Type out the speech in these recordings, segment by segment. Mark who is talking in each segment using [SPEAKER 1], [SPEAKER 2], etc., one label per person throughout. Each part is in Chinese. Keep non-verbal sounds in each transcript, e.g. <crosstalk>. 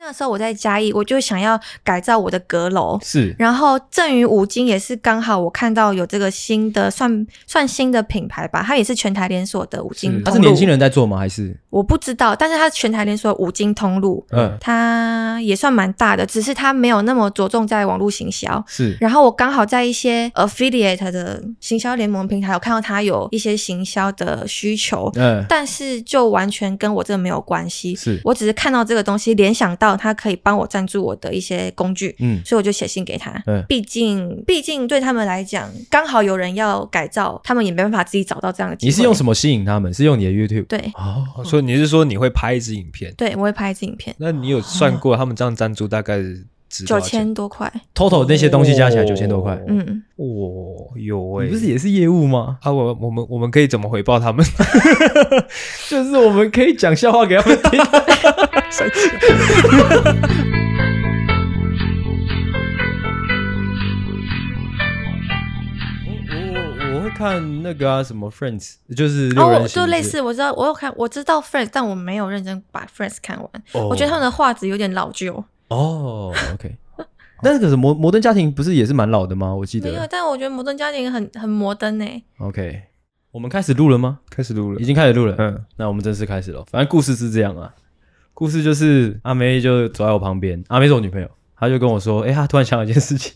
[SPEAKER 1] 那时候我在嘉义，我就想要改造我的阁楼。
[SPEAKER 2] 是
[SPEAKER 1] 然后正宇五金也是刚好我看到有这个新的算算新的品牌吧，它也是全台连锁的五金
[SPEAKER 2] 是
[SPEAKER 1] 通路。
[SPEAKER 2] 他是年轻人在做吗？还是
[SPEAKER 1] 我不知道，但是它全台连锁五金通路，
[SPEAKER 2] 嗯
[SPEAKER 1] 它也算蛮大的，只是它没有那么着重在网络行销。
[SPEAKER 2] 是
[SPEAKER 1] 然后我刚好在一些 affiliate 的行销联盟平台，有看到它有一些行销的需求，
[SPEAKER 2] 嗯
[SPEAKER 1] 但是就完全跟我这没有关系。
[SPEAKER 2] 是
[SPEAKER 1] 我只是看到这个东西，联想到它可以帮我赞助我的一些工具，
[SPEAKER 2] 嗯
[SPEAKER 1] 所以我就写信给他。
[SPEAKER 2] 嗯
[SPEAKER 1] 毕竟，毕竟对他们来讲，刚好有人要改造，他们也没办法自己找到这样的机会。
[SPEAKER 2] 你是用什么吸引他们？是用你的 YouTube
[SPEAKER 1] 对
[SPEAKER 2] 哦，
[SPEAKER 3] 哦所以你是说你会拍一支影片？
[SPEAKER 1] 对，我会拍一支影片，
[SPEAKER 3] 那你有算过他们这样赞助大概值多
[SPEAKER 1] 九
[SPEAKER 3] 少钱？
[SPEAKER 1] 千多块。
[SPEAKER 2] ，total 那些东西加起来九千多块，
[SPEAKER 1] 嗯，
[SPEAKER 3] 哦，有哎、
[SPEAKER 2] 你不是也是业务吗？
[SPEAKER 3] 啊？我我们我们可以怎么回报他们？
[SPEAKER 2] 就是我们可以讲笑话给他们听。 <laughs> 我我我会看那个啊，什么 Friends，就是
[SPEAKER 1] 哦，
[SPEAKER 2] 六人
[SPEAKER 1] 我
[SPEAKER 2] 行
[SPEAKER 1] 就类
[SPEAKER 2] 是
[SPEAKER 1] 似，我知道，我有看，我知道 Friends，但我没有认真把 Friends 看完。
[SPEAKER 2] 哦
[SPEAKER 1] 我觉得他们的画质有点老旧，
[SPEAKER 2] 哦，OK。那 <laughs> 个什么《摩登家庭》不是也是蛮老的吗？我记
[SPEAKER 1] 没有，
[SPEAKER 2] 得。
[SPEAKER 1] 但我觉得《摩登家庭很》很摩登呢、欸
[SPEAKER 2] OK，我们开始录了吗？
[SPEAKER 3] 开始录了
[SPEAKER 2] 已，经开始录了。
[SPEAKER 3] 嗯，
[SPEAKER 2] 那我们正式开始了。反正故事是这样啊，故事就是阿梅就走在我旁边，阿梅是我女朋友，她就跟我说，哎、她突然想到一件事 <laughs> 情，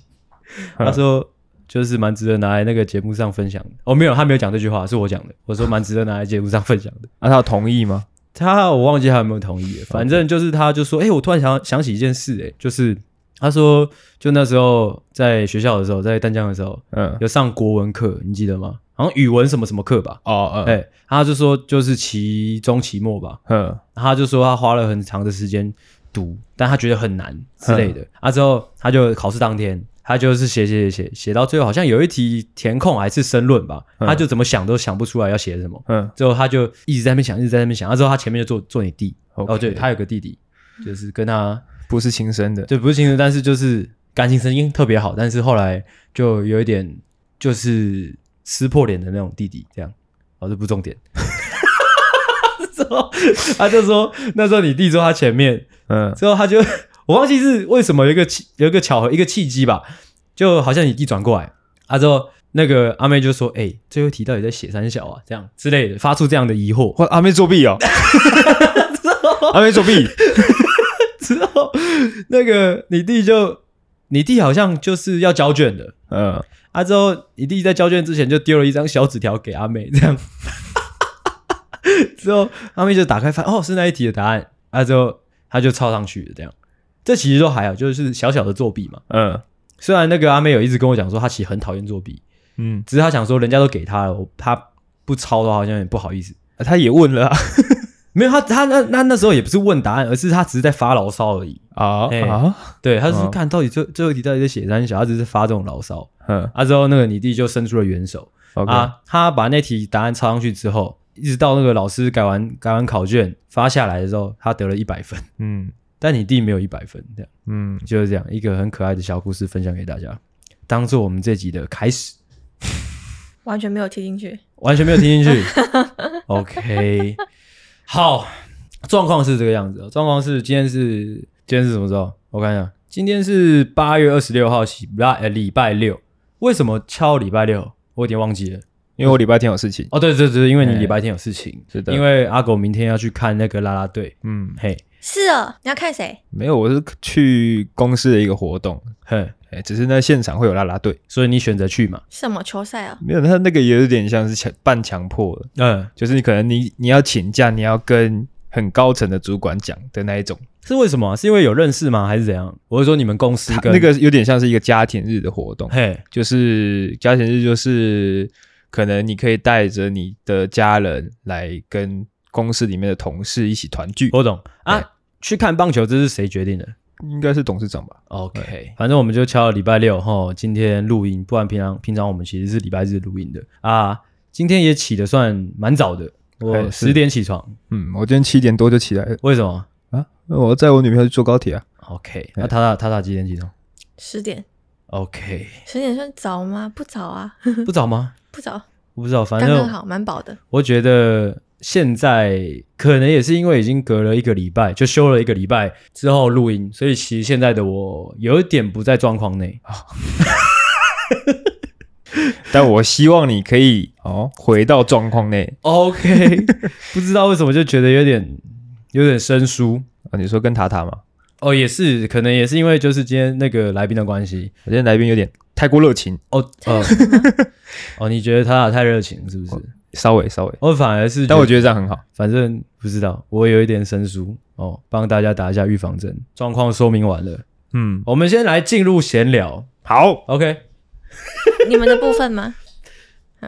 [SPEAKER 2] 她说就是蛮值得拿来那个节目上分享的。哦，没有，她没有讲这句话，是我讲的。我说蛮值得拿来节目上分享的。
[SPEAKER 3] 那、啊、他有同意吗？
[SPEAKER 2] 她我忘记她有没有同意了，反正就是她就说，哎、我突然想想起一件事、哎，就是她说就那时候在学校的时候，在淡江的时候
[SPEAKER 3] 嗯，
[SPEAKER 2] 有上国文课，你记得吗？好像语文什么什么课吧。
[SPEAKER 3] 哦，
[SPEAKER 2] 哎、她就说就是期中、期末吧，
[SPEAKER 3] 嗯，
[SPEAKER 2] 他就说他花了很长的时间读，但他觉得很难之类的。啊，之后他就考试当天，他就是写写写写写到最后，好像有一题填空还是申论吧，
[SPEAKER 3] 嗯
[SPEAKER 2] 他就怎么想都想不出来要写什么。
[SPEAKER 3] 嗯
[SPEAKER 2] 之后他就一直在那边想，一直在那边想。啊，之后他前面就坐坐你弟
[SPEAKER 3] OK
[SPEAKER 2] 哦，对他有个弟弟，就是跟他
[SPEAKER 3] 嗯，不是亲生的，
[SPEAKER 2] 对不是亲生，但是就是感情神经特别好，但是后来就有一点就是撕破脸的那种弟弟这样。哦，这不重点。之后他就说，那时候你弟坐他前面，
[SPEAKER 3] 嗯
[SPEAKER 2] 之后他就我忘记是为什么有一个契有一个巧合一个契机吧，就好像你弟转过来啊之后。那个阿妹就说：“哎、最后一题到底在写三小啊？这样之类的，发出这样的疑惑。
[SPEAKER 3] 哇，阿妹作 <laughs> 弊哦，阿妹作 <laughs> 弊，”
[SPEAKER 2] 之后，那个你弟就，你弟好像就是要交卷的
[SPEAKER 3] 嗯，
[SPEAKER 2] 啊。之后，你弟在交卷之前就丢了一张小纸条给阿妹，这样。之后，阿妹就打开翻，哦，是那一题的答案。啊，之后他就抄上去了，这样。这其实都还好，就是小小的作弊嘛。
[SPEAKER 3] 嗯
[SPEAKER 2] 虽然那个阿妹有一直跟我讲说，她其实很讨厌作弊，
[SPEAKER 3] 嗯、
[SPEAKER 2] 只是她想说人家都给她了，我她不抄的话好像有点不好意思。
[SPEAKER 3] 啊他也问了啊
[SPEAKER 2] 没有，她她那那那时候也不是问答案，而是她只是在发牢骚而已。
[SPEAKER 3] 啊
[SPEAKER 2] 哎
[SPEAKER 3] 啊，
[SPEAKER 2] 对，她就是
[SPEAKER 3] 嗯
[SPEAKER 2] 看到底最最后一题到底在写三小，她只是发这种牢骚。
[SPEAKER 3] 嗯
[SPEAKER 2] 啊，之后那个你弟就伸出了援手
[SPEAKER 3] ，OK，
[SPEAKER 2] 啊，他把那题答案抄上去之后，一直到那个老师改完改完考卷发下来的时候，他得了一百分， <laughs>
[SPEAKER 3] 嗯
[SPEAKER 2] 但你弟没有一百分，这样
[SPEAKER 3] 嗯，
[SPEAKER 2] 就是这样一个很可爱的小故事分享给大家，当做我们这集的开始。
[SPEAKER 1] 完全没有听进去。
[SPEAKER 2] 完全没有听进去。OK，好，状况是这个样子哦。状况是今天是今天是什么时候？我看一下，今天是八月二十六号，礼拜呃礼拜六。为什么敲礼拜六？我有点忘记了。
[SPEAKER 3] 因为我礼拜天有事情，
[SPEAKER 2] 哦，对对对，因为你
[SPEAKER 3] 哎
[SPEAKER 2] 礼拜天有事情。
[SPEAKER 3] 是的
[SPEAKER 2] 因为阿狗明天要去看那个啦啦队。
[SPEAKER 3] 嗯，
[SPEAKER 2] 嘿，
[SPEAKER 1] 是哦，你要看谁？
[SPEAKER 3] 没有，我是去公司的一个活动，
[SPEAKER 2] 嘿，
[SPEAKER 3] 哎、只是那现场会有啦啦队，
[SPEAKER 2] 所以你选择去嘛？
[SPEAKER 1] 什么球赛啊？
[SPEAKER 3] 没有，他那个也有点像是强半强迫的，
[SPEAKER 2] 嗯，
[SPEAKER 3] 就是你可能你你要请假，你要跟很高层的主管讲的那一种，
[SPEAKER 2] 是为什么啊？是因为有认识吗？还是怎样？我是说你们公司
[SPEAKER 3] 他
[SPEAKER 2] 跟
[SPEAKER 3] 那个有点像是一个家庭日的活动，
[SPEAKER 2] 嘿，
[SPEAKER 3] 就是家庭日就是可能你可以带着你的家人来跟公司里面的同事一起团聚，
[SPEAKER 2] 我懂
[SPEAKER 3] 哎
[SPEAKER 2] 啊。去看棒球，这是谁决定的？
[SPEAKER 3] 应该是董事长吧？
[SPEAKER 2] OK，反正我们就敲了礼拜六哈，今天录音，不然平常平常我们其实是礼拜日录音的啊。今天也起得算蛮早的，我
[SPEAKER 3] 哎是
[SPEAKER 2] 十点起床，
[SPEAKER 3] 嗯，我今天七点多就起来了
[SPEAKER 2] 为什么
[SPEAKER 3] 啊，那我要载我女朋友去坐高
[SPEAKER 2] <laughs>
[SPEAKER 3] 铁啊，
[SPEAKER 2] ？OK，那他他他他几点起床
[SPEAKER 1] 十点，
[SPEAKER 2] ？OK，
[SPEAKER 1] 十点算早吗？不早啊，
[SPEAKER 2] <laughs> 不早吗？
[SPEAKER 1] 不早，
[SPEAKER 2] 我不知道，反
[SPEAKER 1] 刚刚
[SPEAKER 2] 正
[SPEAKER 1] 好，蛮饱的。
[SPEAKER 2] 我觉得现在可能也是因为已经隔了一个礼拜，就休了一个礼拜之后录音，所以其实现在的我有一点不在状况内。
[SPEAKER 3] 但我希望你可以哦回到状况内
[SPEAKER 2] OK，不 <laughs> 知道为什么就觉得有点有点生疏。
[SPEAKER 3] 啊。你说跟塔塔嘛，
[SPEAKER 2] 哦，也是，可能也是因为就是今天那个来宾的关系。
[SPEAKER 3] 我今天来宾有点太过热情，
[SPEAKER 2] 哦，呃，哦，你觉得他俩太热情是不是？
[SPEAKER 3] 稍微稍微，
[SPEAKER 2] 我反而是，
[SPEAKER 3] 哦但我
[SPEAKER 2] 得
[SPEAKER 3] 觉得这样很好。
[SPEAKER 2] 反正不知道，我有一点生疏哦，帮大家打一下预防针。状况说明完了，
[SPEAKER 3] 嗯，
[SPEAKER 2] 我们先来进入闲聊。
[SPEAKER 3] 好，
[SPEAKER 2] OK，
[SPEAKER 1] <laughs> 你们的部分吗？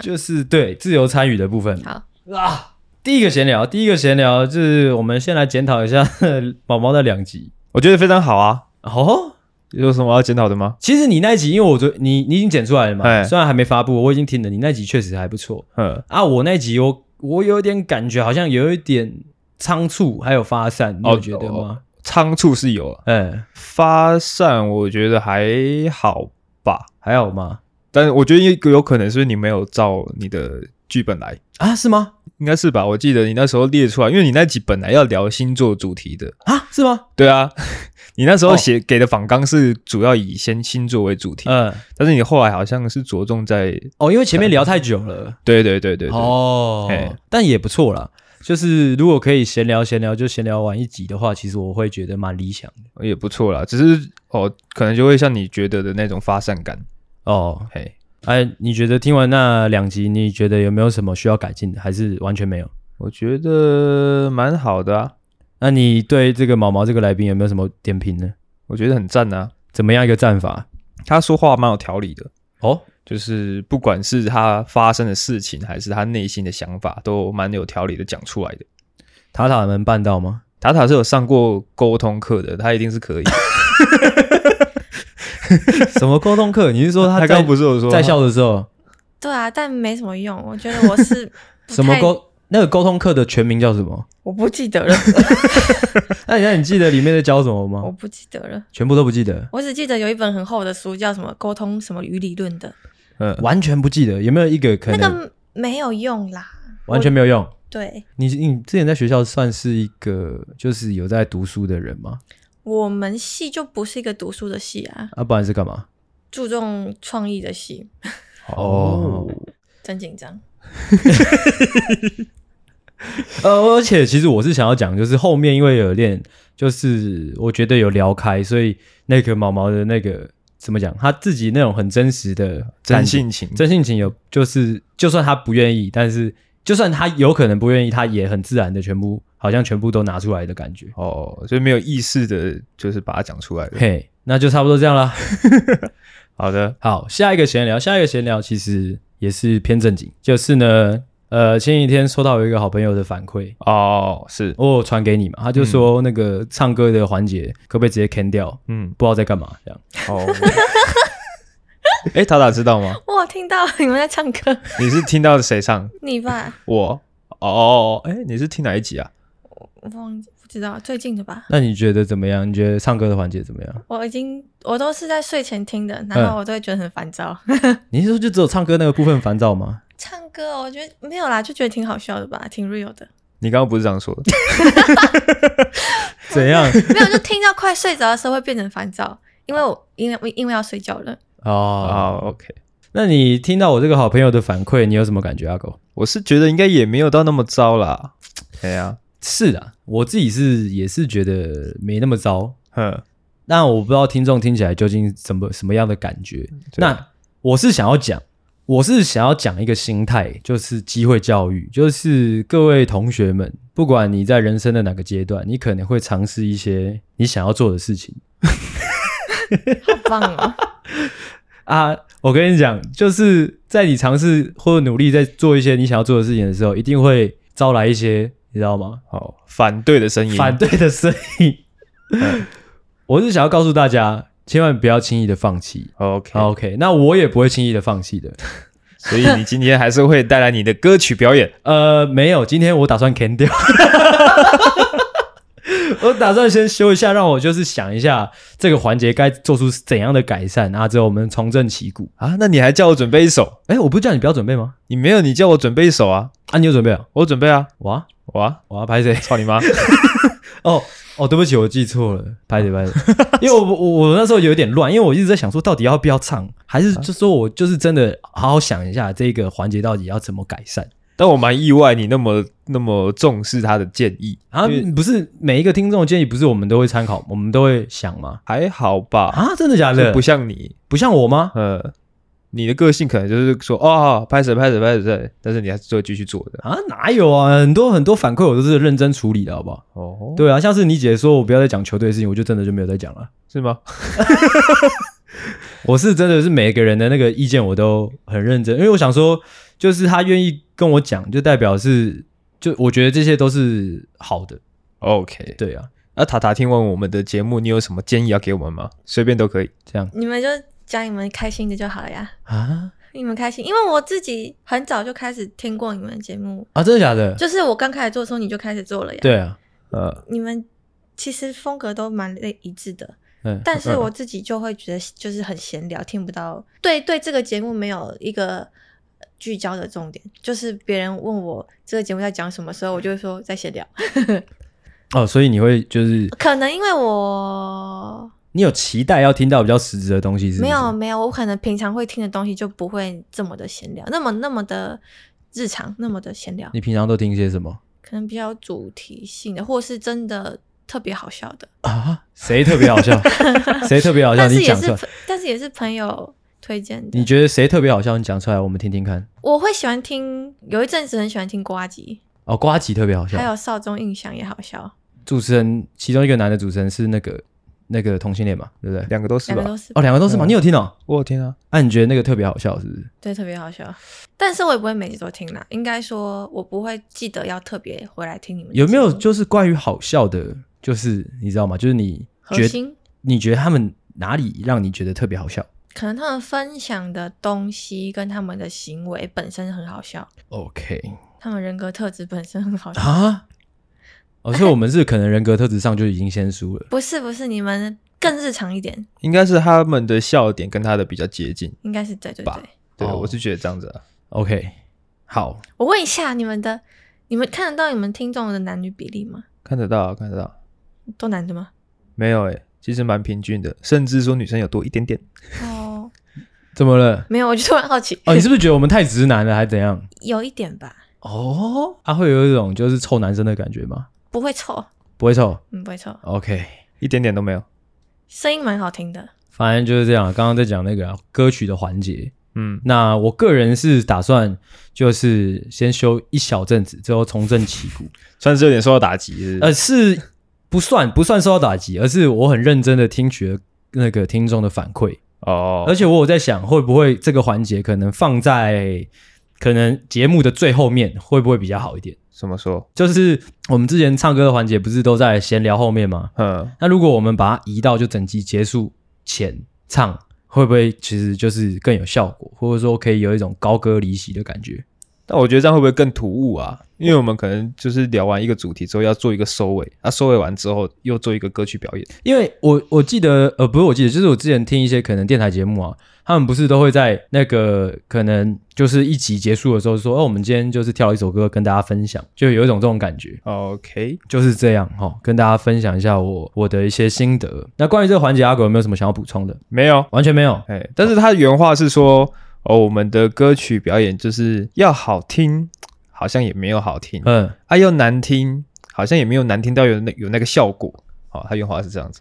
[SPEAKER 2] 就是对自由参与的部分。
[SPEAKER 1] 好
[SPEAKER 2] 啊，第一个闲聊，第一个闲聊就是我们先来检讨一下 <laughs> 毛毛的两集。
[SPEAKER 3] 我觉得非常好啊。
[SPEAKER 2] 哦，
[SPEAKER 3] 有什么要检讨的吗？
[SPEAKER 2] 其实你那一集，因为我昨你你已经剪出来了嘛，
[SPEAKER 3] 哎
[SPEAKER 2] 虽然还没发布，我已经听了，你那集确实还不错
[SPEAKER 3] 嗯，
[SPEAKER 2] 啊。我那集我我有点感觉，好像有一点仓促，还有发散，你有
[SPEAKER 3] 哦
[SPEAKER 2] 觉得吗？
[SPEAKER 3] 仓促是有了，
[SPEAKER 2] 嗯、
[SPEAKER 3] 发散我觉得还好吧，
[SPEAKER 2] 还好吗？
[SPEAKER 3] 但是我觉得有有可能是你没有照你的剧本来，
[SPEAKER 2] 啊，是吗？
[SPEAKER 3] 应该是吧？我记得你那时候列出来，因为你那集本来要聊星座主题的，
[SPEAKER 2] 啊，是吗？
[SPEAKER 3] 对啊， <laughs> 你那时候
[SPEAKER 2] 哦
[SPEAKER 3] 写给的访纲是主要以先星座为主题，
[SPEAKER 2] 嗯、
[SPEAKER 3] 但是你后来好像是着重在，
[SPEAKER 2] 哦，因为前面聊太久 <laughs> 了，
[SPEAKER 3] 对对对对对，
[SPEAKER 2] 哦
[SPEAKER 3] 嘿，
[SPEAKER 2] 但也不错啦。就是如果可以闲聊闲聊，就闲聊完一集的话，其实我会觉得蛮理想的
[SPEAKER 3] 也不错啦，只是哦，可能就会像你觉得的那种发散感，
[SPEAKER 2] 哦。
[SPEAKER 3] 嘿，
[SPEAKER 2] 哎，你觉得听完那两集，你觉得有没有什么需要改进的，还是完全没有？
[SPEAKER 3] 我觉得蛮好的啊，
[SPEAKER 2] 那你对这个毛毛这个来宾有没有什么点评呢？
[SPEAKER 3] 我觉得很赞啊，
[SPEAKER 2] 怎么样一个战法？
[SPEAKER 3] 他说话蛮有条理的，
[SPEAKER 2] 哦，
[SPEAKER 3] 就是不管是他发生的事情，还是他内心的想法，都蛮有条理的讲出来的。
[SPEAKER 2] 塔塔能办到吗？
[SPEAKER 3] 塔塔是有上过沟通课的，他一定是可以。
[SPEAKER 2] 什么沟通课？你是说
[SPEAKER 3] 他
[SPEAKER 2] 他
[SPEAKER 3] 刚
[SPEAKER 2] 在
[SPEAKER 3] 刚不是有说
[SPEAKER 2] 在校的时候，
[SPEAKER 1] 对啊，但没什么用。我觉得我是不
[SPEAKER 2] 什么
[SPEAKER 1] 太，
[SPEAKER 2] 沟那个沟通课的全名叫什么？
[SPEAKER 1] 我不记得了，
[SPEAKER 2] 那你那你记得里面在教什么
[SPEAKER 1] 我
[SPEAKER 2] 吗？
[SPEAKER 1] 不记得了。
[SPEAKER 2] 全部都不记得，
[SPEAKER 1] 我只记得有一本很厚的书，叫什么《沟通什么与理论》的，
[SPEAKER 3] 嗯，
[SPEAKER 2] 完全不记得，有没有一个可
[SPEAKER 1] 那
[SPEAKER 2] 能
[SPEAKER 1] 个没有用啦。
[SPEAKER 2] 完全没有用？
[SPEAKER 1] 对，
[SPEAKER 2] 你你之前在学校算是一个就是有在读书的人吗？
[SPEAKER 1] 我们系就不是一个读书的系啊，
[SPEAKER 2] 啊，不然是干嘛？
[SPEAKER 1] 注重创意的系，
[SPEAKER 2] 哦，
[SPEAKER 1] 真紧张。
[SPEAKER 2] 呃，而且其实我是想要讲，就是后面因为有练，就是我觉得有聊开，所以那个毛毛的那个怎么讲，他自己那种很真实的
[SPEAKER 3] 真
[SPEAKER 2] 感觉
[SPEAKER 3] 性情，
[SPEAKER 2] 真性情有，就是就算他不愿意，但是就算他有可能不愿意，他也很自然的全部好像全部都拿出来的感觉。
[SPEAKER 3] 哦，所以没有意识的，就是把它讲出来了。
[SPEAKER 2] 嘿，那就差不多这样啦。
[SPEAKER 3] 好的，
[SPEAKER 2] 好，下一个闲聊，下一个闲聊其实也是偏正经，就是呢，呃，前几天收到有一个好朋友的反馈，
[SPEAKER 3] 哦，是，
[SPEAKER 2] 我有传给你嘛，他就说那个唱歌的环节可不可以直接 can 掉，
[SPEAKER 3] 嗯，
[SPEAKER 2] 不知道在干嘛这样。 <laughs>
[SPEAKER 3] 哦，哎，塔塔知道吗？
[SPEAKER 1] 我有听到你们在唱歌，
[SPEAKER 3] <laughs> 你是听到谁唱？
[SPEAKER 1] 你吧，
[SPEAKER 3] 我，哦，哎，你是听哪一集啊？
[SPEAKER 1] 我忘记不知道最近的吧。
[SPEAKER 2] 那你觉得怎么样？你觉得唱歌的环节怎么样？
[SPEAKER 1] 我已经我都是在睡前听的，然后我都会觉得很烦躁。 <laughs>
[SPEAKER 2] 你是说就只有唱歌那个部分烦躁吗？
[SPEAKER 1] 唱歌哦我觉得没有啦，就觉得挺好笑的吧，挺 real 的。 <laughs>
[SPEAKER 3] 你刚刚不是这样
[SPEAKER 2] <laughs>
[SPEAKER 3] 说的？
[SPEAKER 2] 怎样？
[SPEAKER 1] 没有，就听到快睡着的时候会变成烦躁，因为我因为因为要睡觉了。
[SPEAKER 2] 哦，
[SPEAKER 3] 哦，OK。
[SPEAKER 2] 那你听到我这个好朋友的反馈，你有什么感觉啊？狗？
[SPEAKER 3] 我是觉得应该也没有到那么糟啦。哎呀、
[SPEAKER 2] 是的，我自己是也是觉得没那么糟，
[SPEAKER 3] 哼，
[SPEAKER 2] 但我不知道听众听起来究竟什么什么样的感觉。
[SPEAKER 3] 对
[SPEAKER 2] 那我是想要讲，我是想要讲一个心态，就是机会教育，就是各位同学们，不管你在人生的哪个阶段，你可能会尝试一些你想要做的事情
[SPEAKER 1] 好棒哦！ <laughs>
[SPEAKER 2] 啊。我跟你讲，就是在你尝试或者努力在做一些你想要做的事情的时候，一定会招来一些，你知道吗？
[SPEAKER 3] 好，哦反对的声音，
[SPEAKER 2] 反对的声音。
[SPEAKER 3] 嗯
[SPEAKER 2] <laughs> 我是想要告诉大家，千万不要轻易的放弃。
[SPEAKER 3] OK，
[SPEAKER 2] 好 OK，那我也不会轻易的放弃的。
[SPEAKER 3] 所以你今天还是会带来你的歌曲表演。 <laughs>
[SPEAKER 2] 呃，没有，今天我打算 can 掉。 <laughs> 我打算先修一下，让我就是想一下这个环节该做出怎样的改善啊，之后我们重振旗鼓。
[SPEAKER 3] 啊，那你还叫我准备一首？
[SPEAKER 2] 哎，我不是叫你不要准备吗？
[SPEAKER 3] 你没有，你叫我准备一首啊？
[SPEAKER 2] 啊，你有准备啊？
[SPEAKER 3] 我准备啊，
[SPEAKER 2] 我啊，
[SPEAKER 3] 我啊，
[SPEAKER 2] 我啊，拍谁？
[SPEAKER 3] 操 <laughs> 你妈！
[SPEAKER 2] 哦哦，对不起，我记错了，拍谁拍谁？ <laughs> 因为我我我那时候有点乱，因为我一直在想说到底要不要唱，还是就说我就是真的好好想一下这个环节到底要怎么改善。
[SPEAKER 3] 但我蛮意外，你那么那么重视他的建议
[SPEAKER 2] 啊，不是每一个听众的建议，不是我们都会参考，我们都会想吗？
[SPEAKER 3] 还好吧？
[SPEAKER 2] 啊，真的假
[SPEAKER 3] 就
[SPEAKER 2] 的？
[SPEAKER 3] 不像你，
[SPEAKER 2] 不像我吗？
[SPEAKER 3] 呃，你的个性可能就是说，哦，拍谁拍谁拍谁，但是你还是会继续做的。
[SPEAKER 2] 啊，哪有啊？很多很多反馈我都是认真处理的，好不好？
[SPEAKER 3] 哦，
[SPEAKER 2] 对啊，像是你姐说我不要再讲球队的事情，我就真的就没有再讲了。
[SPEAKER 3] 是吗？
[SPEAKER 2] 我是真的是每个人的那个意见我都很认真，因为我想说，就是他愿意跟我讲，就代表是就我觉得这些都是好的。
[SPEAKER 3] OK，
[SPEAKER 2] 对啊，
[SPEAKER 3] 那塔塔听完我们的节目，你有什么建议要给我们吗？随便都可以。
[SPEAKER 2] 这样
[SPEAKER 1] 你们就讲你们开心的就好了呀，
[SPEAKER 2] 啊
[SPEAKER 1] 你们开心，因为我自己很早就开始听过你们的节目，
[SPEAKER 2] 啊，真的假的？
[SPEAKER 1] 就是我刚开始做的时候你就开始做了呀。，
[SPEAKER 2] 对啊，
[SPEAKER 3] 呃，
[SPEAKER 1] 你们其实风格都蛮类一致的，
[SPEAKER 2] 嗯，
[SPEAKER 1] 但
[SPEAKER 2] <laughs>
[SPEAKER 3] 呃
[SPEAKER 1] 是我自己就会觉得就是很闲聊，听不到对对这个节目没有一个呃聚焦的重点，就是别人问我这个节目在讲什么时候，我就会说在闲聊。
[SPEAKER 2] 哦，所以你会就是
[SPEAKER 1] 可能因为我
[SPEAKER 2] 你有期待要听到比较实质的东西，是不
[SPEAKER 1] 没
[SPEAKER 2] 是
[SPEAKER 1] 有没有，我可能平常会听的东西就不会这么的闲聊，那么那么的日常，那么的闲聊，
[SPEAKER 2] 你平常都听些什么
[SPEAKER 1] 可能比较主题性的，或是真的特别好笑的。
[SPEAKER 2] 啊？谁特别好
[SPEAKER 1] <laughs>
[SPEAKER 2] 笑？谁特别好笑？
[SPEAKER 1] 但
[SPEAKER 2] 你
[SPEAKER 1] 是也
[SPEAKER 2] 讲出
[SPEAKER 1] 是
[SPEAKER 2] 来。，
[SPEAKER 1] 但是也是朋友推荐的
[SPEAKER 2] 你。觉得谁特别好笑？你讲出来，我们听听看。
[SPEAKER 1] 我会喜欢听，有一阵子很喜欢听瓜吉，
[SPEAKER 2] 哦，瓜吉特别好笑。
[SPEAKER 1] 还有少中印象也好笑，
[SPEAKER 2] 主持人，其中一个男的主持人是那个那个同性恋嘛，对不对？
[SPEAKER 3] 两个都是
[SPEAKER 1] 两个
[SPEAKER 3] 吧
[SPEAKER 1] 都？是
[SPEAKER 2] 哦，两个都是嘛。
[SPEAKER 3] 嗯
[SPEAKER 2] 你有听哦？
[SPEAKER 3] 我天啊！
[SPEAKER 2] 啊，你觉得那个特别好笑是不是？
[SPEAKER 1] 对特别好笑。但是我也不会每集都听啦，应该说我不会记得要特别回来听你们的
[SPEAKER 2] 有没有
[SPEAKER 1] 节目
[SPEAKER 2] 就是关于好笑的，就是你知道吗？就是你
[SPEAKER 1] 核
[SPEAKER 2] 觉
[SPEAKER 1] 心？
[SPEAKER 2] 你觉得他们哪里让你觉得特别好笑
[SPEAKER 1] 可能他们分享的东西跟他们的行为本身很好笑，
[SPEAKER 2] ？OK
[SPEAKER 1] 他们人格特质本身很好笑。
[SPEAKER 2] 啊，哦，所以我们是可能人格特质上就已经先输了。
[SPEAKER 1] 不是不是，你们更日常一点，
[SPEAKER 3] 应该是他们的笑点跟他的比较接近。
[SPEAKER 1] 应该是对对
[SPEAKER 3] 吧
[SPEAKER 1] 对。
[SPEAKER 3] 对，
[SPEAKER 2] 哦
[SPEAKER 3] 我是觉得这样子啊。
[SPEAKER 2] OK，好，
[SPEAKER 1] 我问一下你们的，你们看得到你们听众的男女比例吗？
[SPEAKER 3] 看得到啊，看得到。
[SPEAKER 1] 都男的吗？
[SPEAKER 2] <laughs>
[SPEAKER 3] 没有诶、欸其实蛮平均的，甚至说女生有多一点点。
[SPEAKER 1] 哦，
[SPEAKER 2] 怎么了？
[SPEAKER 1] 没有，我就突然好奇，
[SPEAKER 2] 哦，你是不是觉得我们太直男了，还怎样？
[SPEAKER 1] 有一点吧，
[SPEAKER 2] <laughs> 哦，啊，会有一种就是臭男生的感觉吗？
[SPEAKER 1] 不会臭，
[SPEAKER 2] 不会臭
[SPEAKER 1] 嗯，不会臭，
[SPEAKER 2] ，OK。
[SPEAKER 3] 一点点都没有。
[SPEAKER 1] 声音蛮好听的。
[SPEAKER 2] 反正就是这样。刚刚在讲那个啊、歌曲的环节，
[SPEAKER 3] 嗯，
[SPEAKER 2] 那我个人是打算就是先休一小阵子，之后重振旗 <laughs> 鼓。
[SPEAKER 3] 算是有点受到打击是不是
[SPEAKER 2] 呃，是不算不算受到打击，而是我很认真的听取了那个听众的反馈，
[SPEAKER 3] 哦，
[SPEAKER 2] 呃而且我有在想，会不会这个环节可能放在可能节目的最后面，会不会比较好一点？
[SPEAKER 3] 怎么说？
[SPEAKER 2] 就是我们之前唱歌的环节不是都在闲聊后面吗？
[SPEAKER 3] 嗯，
[SPEAKER 2] 那如果我们把它移到就整集结束前唱，会不会其实就是更有效果，或者说可以有一种高歌离席的感觉？
[SPEAKER 3] 但我觉得这样会不会更突兀啊？因为我们可能就是聊完一个主题之后要做一个收尾，啊，收尾完之后又做一个歌曲表演。
[SPEAKER 2] 因为我我记得，呃，不是我记得，就是我之前听一些可能电台节目啊，他们不是都会在那个可能就是一集结束的时候说，哦，我们今天就是挑了一首歌跟大家分享，就有一种这种感觉。
[SPEAKER 3] OK，
[SPEAKER 2] 就是这样哈、哦，跟大家分享一下我我的一些心得。那关于这个环节，阿狗有没有什么想要补充的？
[SPEAKER 3] 没有。
[SPEAKER 2] 完全没有。
[SPEAKER 3] 哎，但是他原话是说，哦，我们的歌曲表演就是要好听，好像也没有好听；
[SPEAKER 2] 嗯，
[SPEAKER 3] 啊，要难听，好像也没有难听到有那有那个效果。哦，他原话是这样子，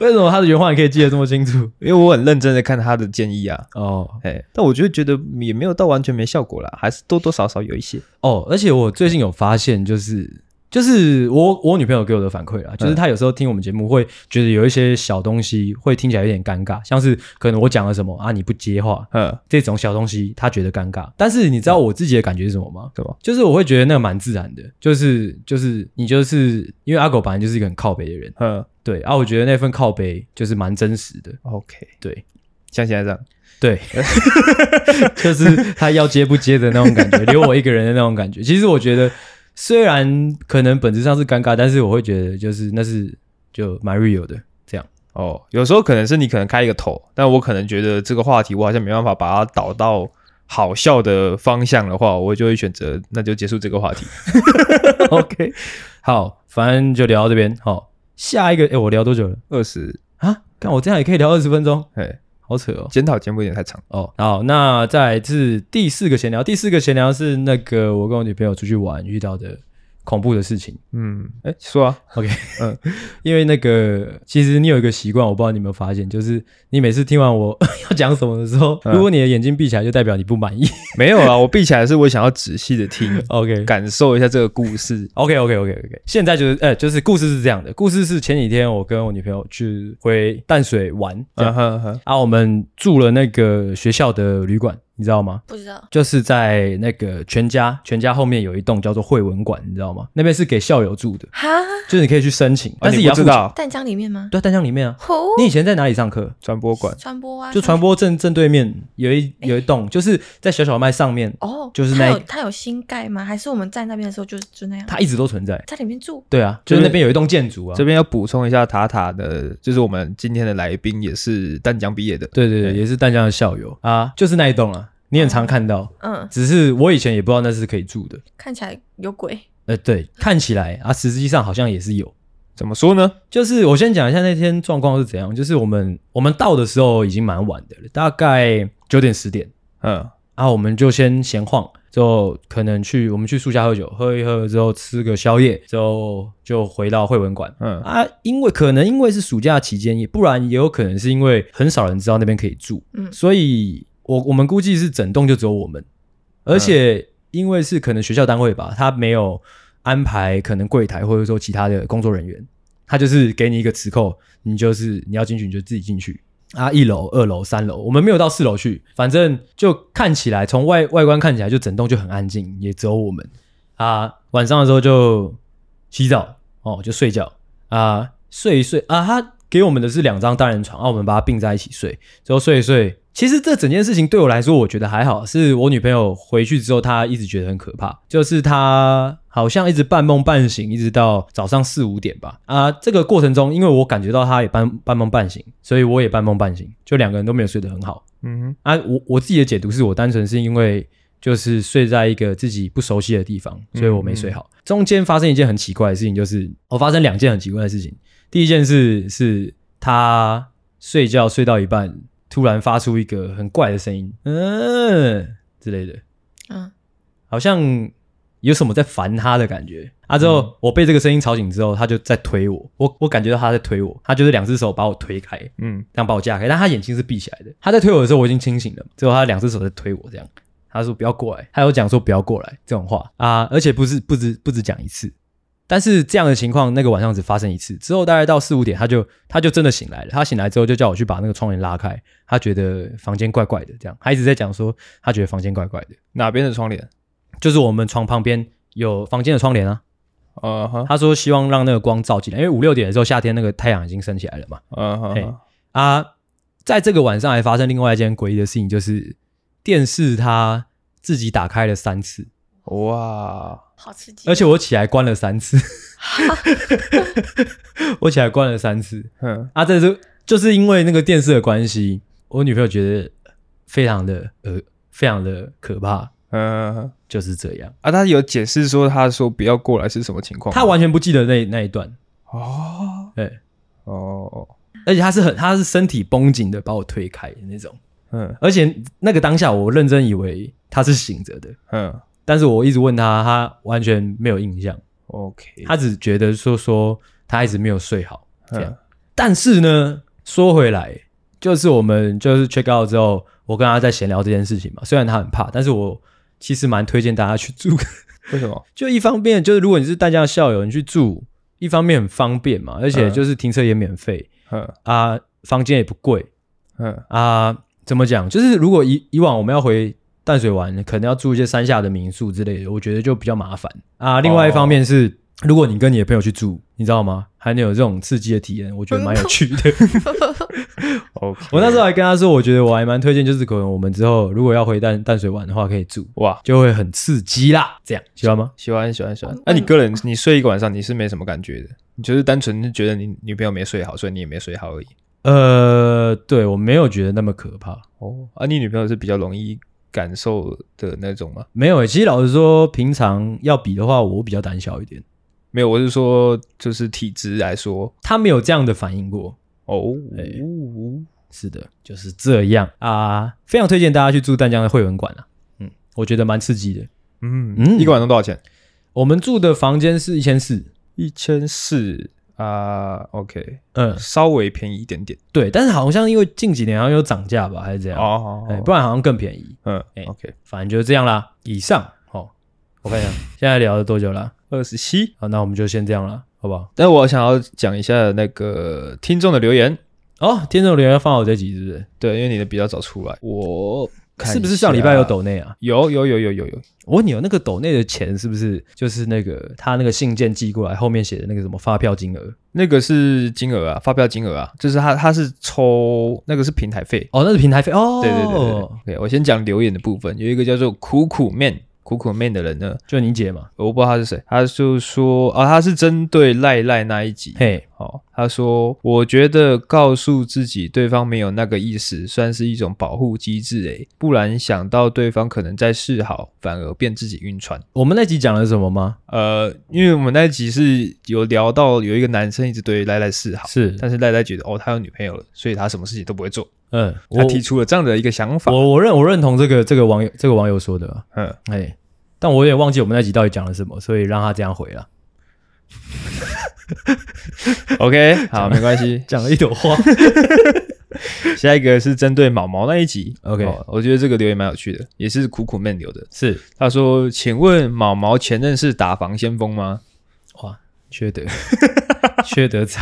[SPEAKER 2] 为什么他的原话你可以记得这么清楚？
[SPEAKER 3] 因为我很认真的看他的建议啊。
[SPEAKER 2] 哦，
[SPEAKER 3] 哎，但我就觉得也没有到完全没效果啦，还是多多少少有一些。
[SPEAKER 2] 哦，而且我最近有发现，就是就是我我女朋友给我的反馈啦，就是她有时候听我们节目会觉得有一些小东西会听起来有点尴尬，像是可能我讲了什么啊你不接话
[SPEAKER 3] 嗯，
[SPEAKER 2] 这种小东西，她觉得尴尬。但是你知道我自己的感觉是什么吗？
[SPEAKER 3] 什么？
[SPEAKER 2] 就是我会觉得那个蛮自然的，就是就是你就是因为阿狗本来就是一个很靠北的人，
[SPEAKER 3] 嗯
[SPEAKER 2] 对啊，我觉得那份靠北就是蛮真实的，
[SPEAKER 3] ，OK，
[SPEAKER 2] 对
[SPEAKER 3] 像现在这样。
[SPEAKER 2] 对， <laughs> 就是他要接不接的那种感觉，留我一个人的那种感觉。其实我觉得虽然可能本质上是尴尬，但是我会觉得就是那是就蛮 real 的这样。
[SPEAKER 3] 哦，有时候可能是你可能开一个头，但我可能觉得这个话题我好像没办法把它导到好笑的方向的话，我就会选择那就结束这个
[SPEAKER 2] <laughs>
[SPEAKER 3] 话题。
[SPEAKER 2] OK，好， <laughs> 反正就聊到这边。好，下一个，哎、我聊多久了
[SPEAKER 3] 二十，
[SPEAKER 2] 啊？看我这样也可以聊二十分钟，
[SPEAKER 3] 哎，
[SPEAKER 2] 好扯哦。
[SPEAKER 3] 检讨节目有点太长。
[SPEAKER 2] 哦，好，那再来是第四个闲聊，第四个闲聊是那个我跟我女朋友出去玩遇到的恐怖的事情。
[SPEAKER 3] 嗯，哎，说啊，
[SPEAKER 2] OK，嗯，因为那个其实你有一个习惯，我不知道你有没有发现，就是你每次听完我 <laughs> 要讲什么的时候，
[SPEAKER 3] 嗯
[SPEAKER 2] 如果你的眼睛闭起来，就代表你不满意。
[SPEAKER 3] 没有啊，我闭起来是我想要仔细的
[SPEAKER 2] <laughs>
[SPEAKER 3] 听，
[SPEAKER 2] OK，
[SPEAKER 3] 感受一下这个故事。
[SPEAKER 2] OK OK OK OK，现在就是呃，就是故事是这样的，故事是前几天我跟我女朋友去回淡水玩，这样、
[SPEAKER 3] 嗯哼哼，
[SPEAKER 2] 啊，我们住了那个学校的旅馆，你知道吗？
[SPEAKER 1] 不知道
[SPEAKER 2] 就是在那个全家，全家后面有一栋叫做惠文馆，你知道吗？那边是给校友住的，
[SPEAKER 1] 哈，
[SPEAKER 2] 就是哦你可以去申请，但是
[SPEAKER 3] 啊你
[SPEAKER 2] 也要
[SPEAKER 3] 不
[SPEAKER 2] 付
[SPEAKER 3] 知
[SPEAKER 2] 钱。
[SPEAKER 3] 道
[SPEAKER 1] 淡江里面吗？
[SPEAKER 2] 对啊，丹江里面啊，
[SPEAKER 1] 吼，
[SPEAKER 2] 你以前在哪里上课？
[SPEAKER 3] 传播馆
[SPEAKER 1] 传播啊，
[SPEAKER 2] 就传播正正对面有一有一栋，就是在小小麦上面，
[SPEAKER 1] 哦，
[SPEAKER 2] 就是
[SPEAKER 1] 它
[SPEAKER 2] 那
[SPEAKER 1] 有它有新盖吗？还是我们在那边的时候就就那样？
[SPEAKER 2] 它一直都存在。
[SPEAKER 1] 在里面住，
[SPEAKER 2] 对啊，就是
[SPEAKER 3] 这边
[SPEAKER 2] 那边有一栋建筑啊。
[SPEAKER 3] 这边要补充一下，塔塔的，就是我们今天的来宾也是淡江毕业的。
[SPEAKER 2] 对对对，也是淡江的校友啊，就是那一栋啊，你很常看到。
[SPEAKER 1] 嗯，
[SPEAKER 2] 只是我以前也不知道那是可以住的。
[SPEAKER 1] 看起来有鬼，
[SPEAKER 2] 呃，对，看起来啊，实际上好像也是有。
[SPEAKER 3] 怎么说呢？
[SPEAKER 2] 就是我先讲一下那天状况是怎样，就是我们我们到的时候已经蛮晚的了，大概九点十点
[SPEAKER 3] 嗯，
[SPEAKER 2] 啊，我们就先闲晃，就可能去我们去树下喝酒，喝一喝之后吃个宵夜，之后就回到惠文馆。
[SPEAKER 3] 嗯
[SPEAKER 2] 啊，因为可能因为是暑假期间，也不然也有可能是因为很少人知道那边可以住，
[SPEAKER 1] 嗯
[SPEAKER 2] 所以我我们估计是整栋就只有我们，而且因为是可能学校单位吧，他没有安排可能柜台或者说其他的工作人员，他就是给你一个磁扣，你就是你要进去你就自己进去。啊，一楼、二楼、三楼，我们没有到四楼去，反正就看起来从外外观看起来就整栋就很安静，也只有我们啊。晚上的时候就洗澡哦，就睡觉啊，睡一睡啊。他给我们的是两张单人床，啊，我们把它并在一起睡，之后睡一睡。其实这整件事情对我来说，我觉得还好，是我女朋友回去之后，她一直觉得很可怕，就是她好像一直半梦半醒，一直到早上四五点吧。啊，这个过程中，因为我感觉到她也半半梦半醒，所以我也半梦半醒，就两个人都没有睡得很好。
[SPEAKER 3] 嗯哼，
[SPEAKER 2] 啊，我我自己的解读是我单纯是因为就是睡在一个自己不熟悉的地方，所以我没睡好。中间发生一件很奇怪的事情，就是我、发生两件很奇怪的事情。第一件事是他睡觉睡到一半，突然发出一个很怪的声音，嗯之类的，
[SPEAKER 1] 嗯，
[SPEAKER 2] 好像有什么在烦他的感觉。啊！之后、我被这个声音吵醒之后，他就在推我，我我感觉到他在推我，他就是两只手把我推开，
[SPEAKER 3] 嗯，
[SPEAKER 2] 这样把我架开，但他眼睛是闭起来的。他在推我的时候，我已经清醒了，最后他两只手在推我，这样他说不要过来，他有讲说不要过来这种话啊，而且不是不止不止讲一次，但是这样的情况那个晚上只发生一次，之后大概到四五点，他就他就真的醒来了。他醒来之后就叫我去把那个窗帘拉开，他觉得房间怪怪的，这样他一直在讲说他觉得房间怪怪的，
[SPEAKER 3] 哪边的窗帘？
[SPEAKER 2] 就是我们床旁边有房间的窗帘啊，
[SPEAKER 3] 嗯哼，
[SPEAKER 2] 他说希望让那个光照进来，因为五六点的时候夏天那个太阳已经升起来了嘛。
[SPEAKER 3] 嗯哼
[SPEAKER 2] 嘿
[SPEAKER 3] 哼，
[SPEAKER 2] 啊，在这个晚上还发生另外一件诡异的事情，就是电视它自己打开了三次，
[SPEAKER 3] 哇，
[SPEAKER 1] 好刺激，
[SPEAKER 2] 而且我起来关了三次， <laughs> 我起来关了三次。
[SPEAKER 3] 嗯，
[SPEAKER 2] 啊，这是就是因为那个电视的关系，我女朋友觉得非常的呃，非常的可怕，
[SPEAKER 3] 嗯哼，
[SPEAKER 2] 就是这样。
[SPEAKER 3] 啊，他有解释说，他说不要过来是什么情况吗？
[SPEAKER 2] 她完全不记得那那一段，
[SPEAKER 3] 哦
[SPEAKER 2] 对，
[SPEAKER 3] 哦，
[SPEAKER 2] 而且她是很她是身体绷紧的把我推开的那种，
[SPEAKER 3] 嗯
[SPEAKER 2] 而且那个当下我认真以为她是醒着的，
[SPEAKER 3] 嗯
[SPEAKER 2] 但是我一直问他，他完全没有印象，
[SPEAKER 3] ，OK，
[SPEAKER 2] 他只觉得说说他一直没有睡好这样。
[SPEAKER 3] 嗯嗯
[SPEAKER 2] 但是呢，说回来，就是我们就是 check out 之后，我跟他在闲聊这件事情嘛，虽然他很怕，但是我其实蛮推荐大家去住， <laughs>
[SPEAKER 3] 为什么？
[SPEAKER 2] 就一方面就是如果你是大家的校友，你去住，一方面很方便嘛，而且就是停车也免费、
[SPEAKER 3] 嗯
[SPEAKER 2] 啊，房间也不贵，
[SPEAKER 3] 嗯
[SPEAKER 2] 啊，怎么讲？就是如果以以往我们要回淡水玩，可能要住一些山下的民宿之类的，我觉得就比较麻烦啊。另外一方面是、如果你跟你的朋友去住，你知道吗？还能有这种刺激的体验，我觉得蛮有趣的。
[SPEAKER 3] OK，
[SPEAKER 2] <laughs> 我那时候还跟他说，我觉得我还蛮推荐，就是可能我们之后如果要回淡淡水玩的话，可以住，
[SPEAKER 3] 哇，
[SPEAKER 2] 就会很刺激啦。这样喜欢吗？
[SPEAKER 3] 喜欢喜欢喜
[SPEAKER 2] 嗯
[SPEAKER 3] 欢。那、你个人，你睡一个晚上，你是没什么感觉的，你就是单纯是觉得你女朋友没睡好，所以你也没睡好而已。
[SPEAKER 2] 呃，对我没有觉得那么可怕。
[SPEAKER 3] 哦，啊，你女朋友是比较容易感受的那种吗？
[SPEAKER 2] 没有、欸，其实老实说，平常要比的话，我比较胆小一点。
[SPEAKER 3] 没有，我是说，就是体质来说，
[SPEAKER 2] 他没有这样的反应过。
[SPEAKER 3] 哦，
[SPEAKER 2] 哎是的，就是这样啊，非常推荐大家去住淡江的惠文馆啊。嗯，我觉得蛮刺激的。
[SPEAKER 3] 嗯
[SPEAKER 2] 嗯
[SPEAKER 3] 一个晚上多少钱？
[SPEAKER 2] 我们住的房间是一千四，
[SPEAKER 3] 一千四啊，OK，
[SPEAKER 2] 嗯，
[SPEAKER 3] 稍微便宜一点点。
[SPEAKER 2] 对，但是好像因为近几年好像有涨价吧，还是怎样？
[SPEAKER 3] 哦，
[SPEAKER 2] 哎，不然好像更便宜。
[SPEAKER 3] 嗯
[SPEAKER 2] 哎
[SPEAKER 3] ，OK，
[SPEAKER 2] 反正就是这样啦。以上哦，我 <laughs> 看一下现在聊了多久啦？
[SPEAKER 3] 二十七。
[SPEAKER 2] 好，那我们就先这样啦，好不好？
[SPEAKER 3] 但我想要讲一下那个听众的留言，
[SPEAKER 2] 哦，听众留言放好这集是不是？
[SPEAKER 3] 对，因为你的比较早出来，我看一
[SPEAKER 2] 是不是上礼拜有
[SPEAKER 3] 下
[SPEAKER 2] 抖内啊？
[SPEAKER 3] 有有有有有有，
[SPEAKER 2] 我问你哦，那个抖内的钱是不是就是那个他那个信件寄过来后面写的那个什么发票金额？
[SPEAKER 3] 那个是金额啊，发票金额啊，就是他他是抽那个是平台费，
[SPEAKER 2] 哦，那是平台费哦。
[SPEAKER 3] 对对对对对。对我先讲留言的部分，有一个叫做苦苦面苦苦面的人呢，
[SPEAKER 2] 就你姐嘛。
[SPEAKER 3] 我不知道他是谁，他就说啊，他是针对赖赖那一集。
[SPEAKER 2] 嘿，
[SPEAKER 3] 哦，他说：“我觉得告诉自己对方没有那个意思，算是一种保护机制诶，不然想到对方可能在示好，反而变自己晕船。
[SPEAKER 2] 我们那集讲了什么吗？
[SPEAKER 3] 呃，因为我们那一集是有聊到有一个男生一直对赖赖示好，
[SPEAKER 2] 是，
[SPEAKER 3] 但是赖赖觉得哦，他有女朋友了，所以他什么事情都不会做。
[SPEAKER 2] 嗯，我
[SPEAKER 3] 他提出了这样的一个想法。
[SPEAKER 2] 我我认我认同这个这个网友这个网友说的啊，
[SPEAKER 3] 嗯，
[SPEAKER 2] 哎，但我有点忘记我们那集到底讲了什么，所以让他这样回了， <laughs>
[SPEAKER 3] OK，好，没关系。
[SPEAKER 2] 讲了一朵花。
[SPEAKER 3] 下一个是针对毛毛那一集。
[SPEAKER 2] OK
[SPEAKER 3] 哦我觉得这个留言蛮有趣的，也是苦苦闷留的。
[SPEAKER 2] <laughs> 是
[SPEAKER 3] 他说：“请问毛毛前任是打防先锋吗
[SPEAKER 2] 哇，缺德， <laughs> 缺德仔。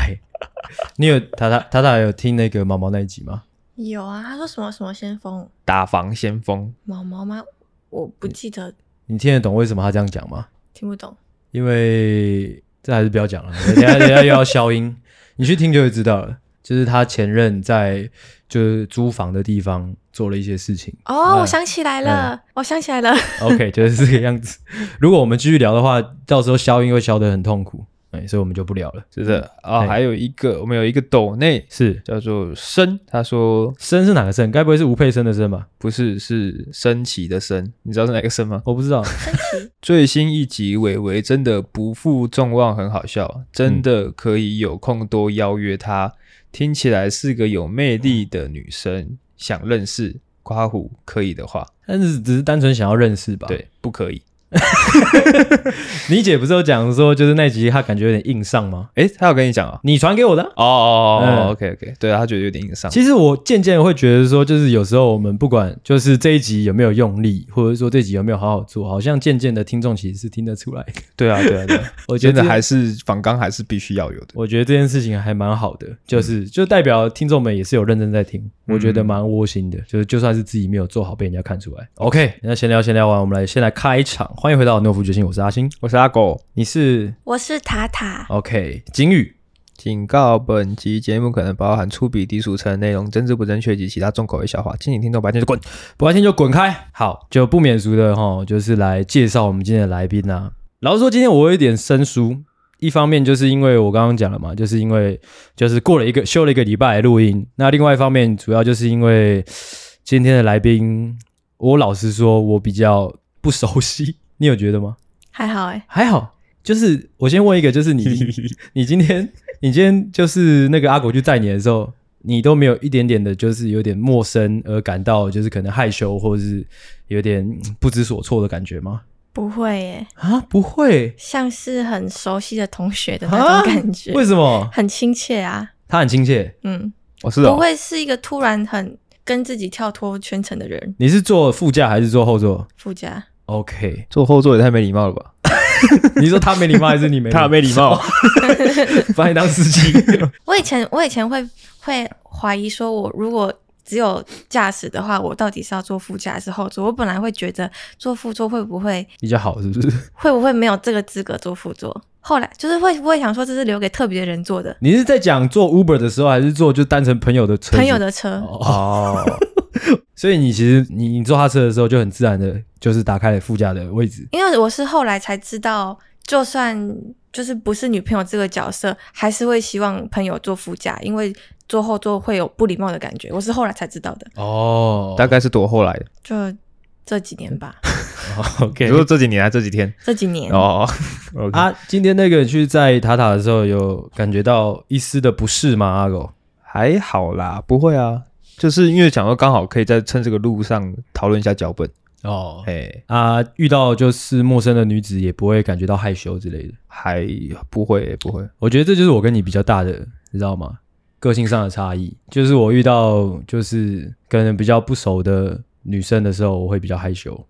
[SPEAKER 2] 你有塔塔塔塔有听那个毛毛那一集吗？
[SPEAKER 1] <laughs> 有啊，他说什么什么先锋？”
[SPEAKER 3] 打防先锋，
[SPEAKER 1] 毛毛吗？我不记得，
[SPEAKER 2] 你听得懂为什么他这样讲吗？
[SPEAKER 1] 听不懂。
[SPEAKER 2] 因为这还是不要讲了， <laughs> 等一下等一下又要消音， <laughs> 你去听就会知道了。就是他前任在就是租房的地方做了一些事情。 <laughs>
[SPEAKER 1] 哦，
[SPEAKER 2] 哎
[SPEAKER 1] 我想起来了，
[SPEAKER 2] 嗯
[SPEAKER 1] 我想起来了。
[SPEAKER 2] OK，就是这个样子。 <laughs> 如果我们继续聊的话，到时候消音会消得很痛苦，哎，所以我们就不聊了。
[SPEAKER 3] 是的啊。
[SPEAKER 2] 嘿
[SPEAKER 3] 还有一个，我们有一个斗内
[SPEAKER 2] 是
[SPEAKER 3] 叫做生，他说
[SPEAKER 2] 生是哪个生？该不会是吴佩生的生吧？
[SPEAKER 3] 不是是升旗的升，你知道是哪个升吗？
[SPEAKER 2] 我不知道。 <laughs>
[SPEAKER 3] 最新一集伟伟真的不负众望，很好笑，真的可以有空多邀约她。听起来是个有魅力的女生，想认识。夸虎可以的话，
[SPEAKER 2] 但是只是单纯想要认识吧。，
[SPEAKER 3] 对，不可以。
[SPEAKER 2] 你姐不是有讲说，就是那集她感觉有点硬上吗？
[SPEAKER 3] 诶，他有跟你讲啊？
[SPEAKER 2] 你传给我的啊、
[SPEAKER 3] 哦哦哦
[SPEAKER 2] 嗯
[SPEAKER 3] 哦，OK OK，对他觉得有点硬伤。
[SPEAKER 2] 其实我渐渐会觉得说，就是有时候我们不管就是这一集有没有用力，或者说这集有没有好好做，好像渐渐的听众其实是听得出来的。
[SPEAKER 3] 对啊对啊对啊，
[SPEAKER 2] 我
[SPEAKER 3] <laughs> 我
[SPEAKER 2] 觉
[SPEAKER 3] 觉
[SPEAKER 2] 得
[SPEAKER 3] 得
[SPEAKER 2] 这
[SPEAKER 3] 还是仿纲还是必须要有的。
[SPEAKER 2] 我觉得这件事情还蛮好的，就是、就代表听众们也是有认真在听，我觉得蛮窝心的。就是就算是自己没有做好，被人家看出来。OK，那闲聊闲聊完，我们来先来开场。欢迎回到《诺夫决心》，我是阿星，
[SPEAKER 3] 我是阿狗，
[SPEAKER 2] 你是
[SPEAKER 1] <laughs> 我是塔塔，
[SPEAKER 2] OK 景宇。
[SPEAKER 3] 警告：本集节目可能包含粗鄙、低俗、成人内容、政治不正确及其他重口味笑话，敬请听众白天就滚。
[SPEAKER 2] 不爱听就滚开。好，就不免俗的哈，就是来介绍我们今天的来宾啊。老实说，今天我有一点生疏，一方面就是因为我刚刚讲了嘛，就是因为就是过了一个休了一个礼拜录音，那另外一方面主要就是因为今天的来宾，我老实说，我比较不熟悉， <laughs> 你有觉得吗？
[SPEAKER 1] 还好哎、
[SPEAKER 2] 还好，就是我先问一个，就是你 <laughs> 你今天你今天就是那个阿狗去载你的时候，你都没有一点点的，就是有点陌生而感到就是可能害羞或者是有点嗯不知所措的感觉吗？
[SPEAKER 1] 不会耶、
[SPEAKER 2] 啊，不会
[SPEAKER 1] 像是很熟悉的同学的那
[SPEAKER 2] 啊
[SPEAKER 1] 种感觉，
[SPEAKER 2] 为什么？
[SPEAKER 1] 很亲切啊。
[SPEAKER 2] 他很亲切。
[SPEAKER 1] 嗯，
[SPEAKER 3] 我、是
[SPEAKER 1] 不
[SPEAKER 3] 哦，
[SPEAKER 1] 会是一个突然很跟自己跳脱圈层的人。
[SPEAKER 2] 你是坐副驾还是坐后座
[SPEAKER 1] 附加，
[SPEAKER 2] ？OK，
[SPEAKER 3] 坐后座也太没礼貌了吧？
[SPEAKER 2] 你说 <laughs> 他没礼貌还是你没？
[SPEAKER 3] 太，没礼貌，
[SPEAKER 2] 把你当司 <laughs> 机。
[SPEAKER 1] 我以前我以前会会怀疑说，我如果只有驾驶的话，我到底是要坐副驾还是后座？我本来会觉得坐副座会不会
[SPEAKER 2] 比较好是不是？
[SPEAKER 1] 会不会没有这个资格坐副座？后来就是会不会想说这是留给特别的人坐的
[SPEAKER 2] 你是在讲做 Uber 的时候，还是做就单纯朋友的车子？
[SPEAKER 1] 朋友的车，
[SPEAKER 2] 哦，所以你其实你你坐他车的时候，就很自然的，就是打开了副驾的位置。
[SPEAKER 1] 因为我是后来才知道，就算就是不是女朋友这个角色，还是会希望朋友坐副驾，因为坐后座会有不礼貌的感觉。我是后来才知道的，
[SPEAKER 2] 哦
[SPEAKER 3] 大概是多后来的？
[SPEAKER 1] 就这几年
[SPEAKER 2] <laughs>
[SPEAKER 1] 吧，
[SPEAKER 3] 你
[SPEAKER 2] OK
[SPEAKER 3] 说这几年还是这几天？
[SPEAKER 1] 这几年。
[SPEAKER 3] 哦，OK，
[SPEAKER 2] 啊，今天那个你去在塔塔的时候，有感觉到一丝的不适吗？阿狗，
[SPEAKER 3] 还好啦，不会啊，就是因为想说刚好可以在趁这个路上讨论一下脚本，
[SPEAKER 2] 哦，
[SPEAKER 3] 哎，
[SPEAKER 2] 啊，遇到就是陌生的女子，也不会感觉到害羞之类的。
[SPEAKER 3] 还不会不会，
[SPEAKER 2] 我觉得这就是我跟你比较大的，你知道吗？个性上的差异，就是我遇到就是跟比较不熟的女生的时候，我会比较害羞。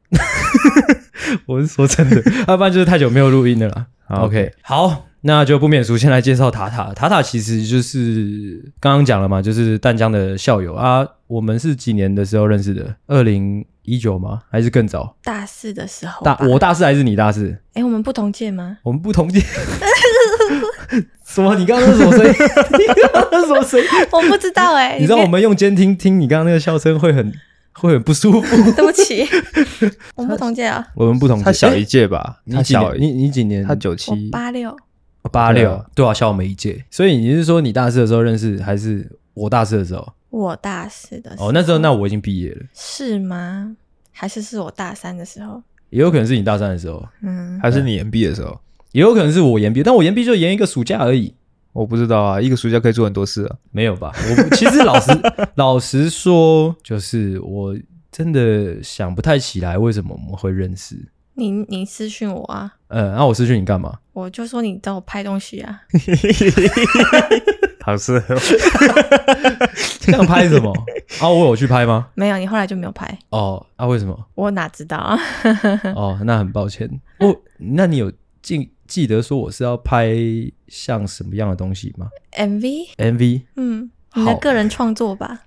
[SPEAKER 2] <laughs> 我是说真的，啊要不然就是太久没有录音了啦。
[SPEAKER 3] 好
[SPEAKER 2] OK，好，那就不免俗，先来介绍塔塔。塔塔其实就是刚刚讲了嘛，就是淡江的校友啊。我们是几年的时候认识的？二零一九吗？还是更早？
[SPEAKER 1] 大四的时候吧，
[SPEAKER 2] 哦大我大四还是你大四？
[SPEAKER 1] 哎、我们不同届吗？ <laughs>
[SPEAKER 2] 我们不 <laughs> 同届。什么？你刚刚那是什么 <laughs> 声音？你刚刚那是什么声音？
[SPEAKER 1] 我不知道哎、
[SPEAKER 2] 你知道我们用监听听你刚刚那个笑声会很 <laughs> 会很不舒 <laughs> 服。
[SPEAKER 1] <laughs> 对不起，我们不同届啊，
[SPEAKER 2] 我们不同届，
[SPEAKER 3] 他小一届吧，
[SPEAKER 2] 诶
[SPEAKER 3] 他
[SPEAKER 2] 你几年？
[SPEAKER 3] 小
[SPEAKER 2] 哎你你几年？
[SPEAKER 3] 他九
[SPEAKER 1] 我
[SPEAKER 3] 七，
[SPEAKER 1] 八六，
[SPEAKER 2] 八
[SPEAKER 3] 对
[SPEAKER 2] 六
[SPEAKER 3] 啊，
[SPEAKER 2] 对啊，小我们一届。所以你是说你大四的时候认识，还是啊我大四的时候？
[SPEAKER 1] 我大四的时候
[SPEAKER 2] 哦，那时候那我已经毕业了，
[SPEAKER 1] 是吗？还是是我大三的时候？
[SPEAKER 2] 也有可能是你大三的时候，
[SPEAKER 1] 嗯，
[SPEAKER 3] 还是你研毕的时候？
[SPEAKER 2] 也有可能是我延毕，但我延毕就延一个暑假而已。
[SPEAKER 3] 我不知道啊，一个暑假可以做很多事啊。
[SPEAKER 2] 没有吧？我不其实老 <laughs> 实老实说，就是我真的想不太起来为什么我们会认识。
[SPEAKER 1] 你你私讯我啊，
[SPEAKER 2] 呃，那、我失去你干嘛？
[SPEAKER 1] 我就说你找我拍东西啊，
[SPEAKER 3] 好哦是，
[SPEAKER 2] 这样拍什么？ <laughs> 啊，我有去拍吗？
[SPEAKER 1] 没有，你后来就没有拍，
[SPEAKER 2] 哦，啊，为什 <laughs> 么？
[SPEAKER 1] 我哪知道啊？ <laughs>
[SPEAKER 2] 哦，那很抱歉。我，哦那你有记记得说我是要拍像什么样的东西吗
[SPEAKER 1] MV，
[SPEAKER 2] ？MV
[SPEAKER 1] 嗯，你的
[SPEAKER 2] 好
[SPEAKER 1] 个人创作吧。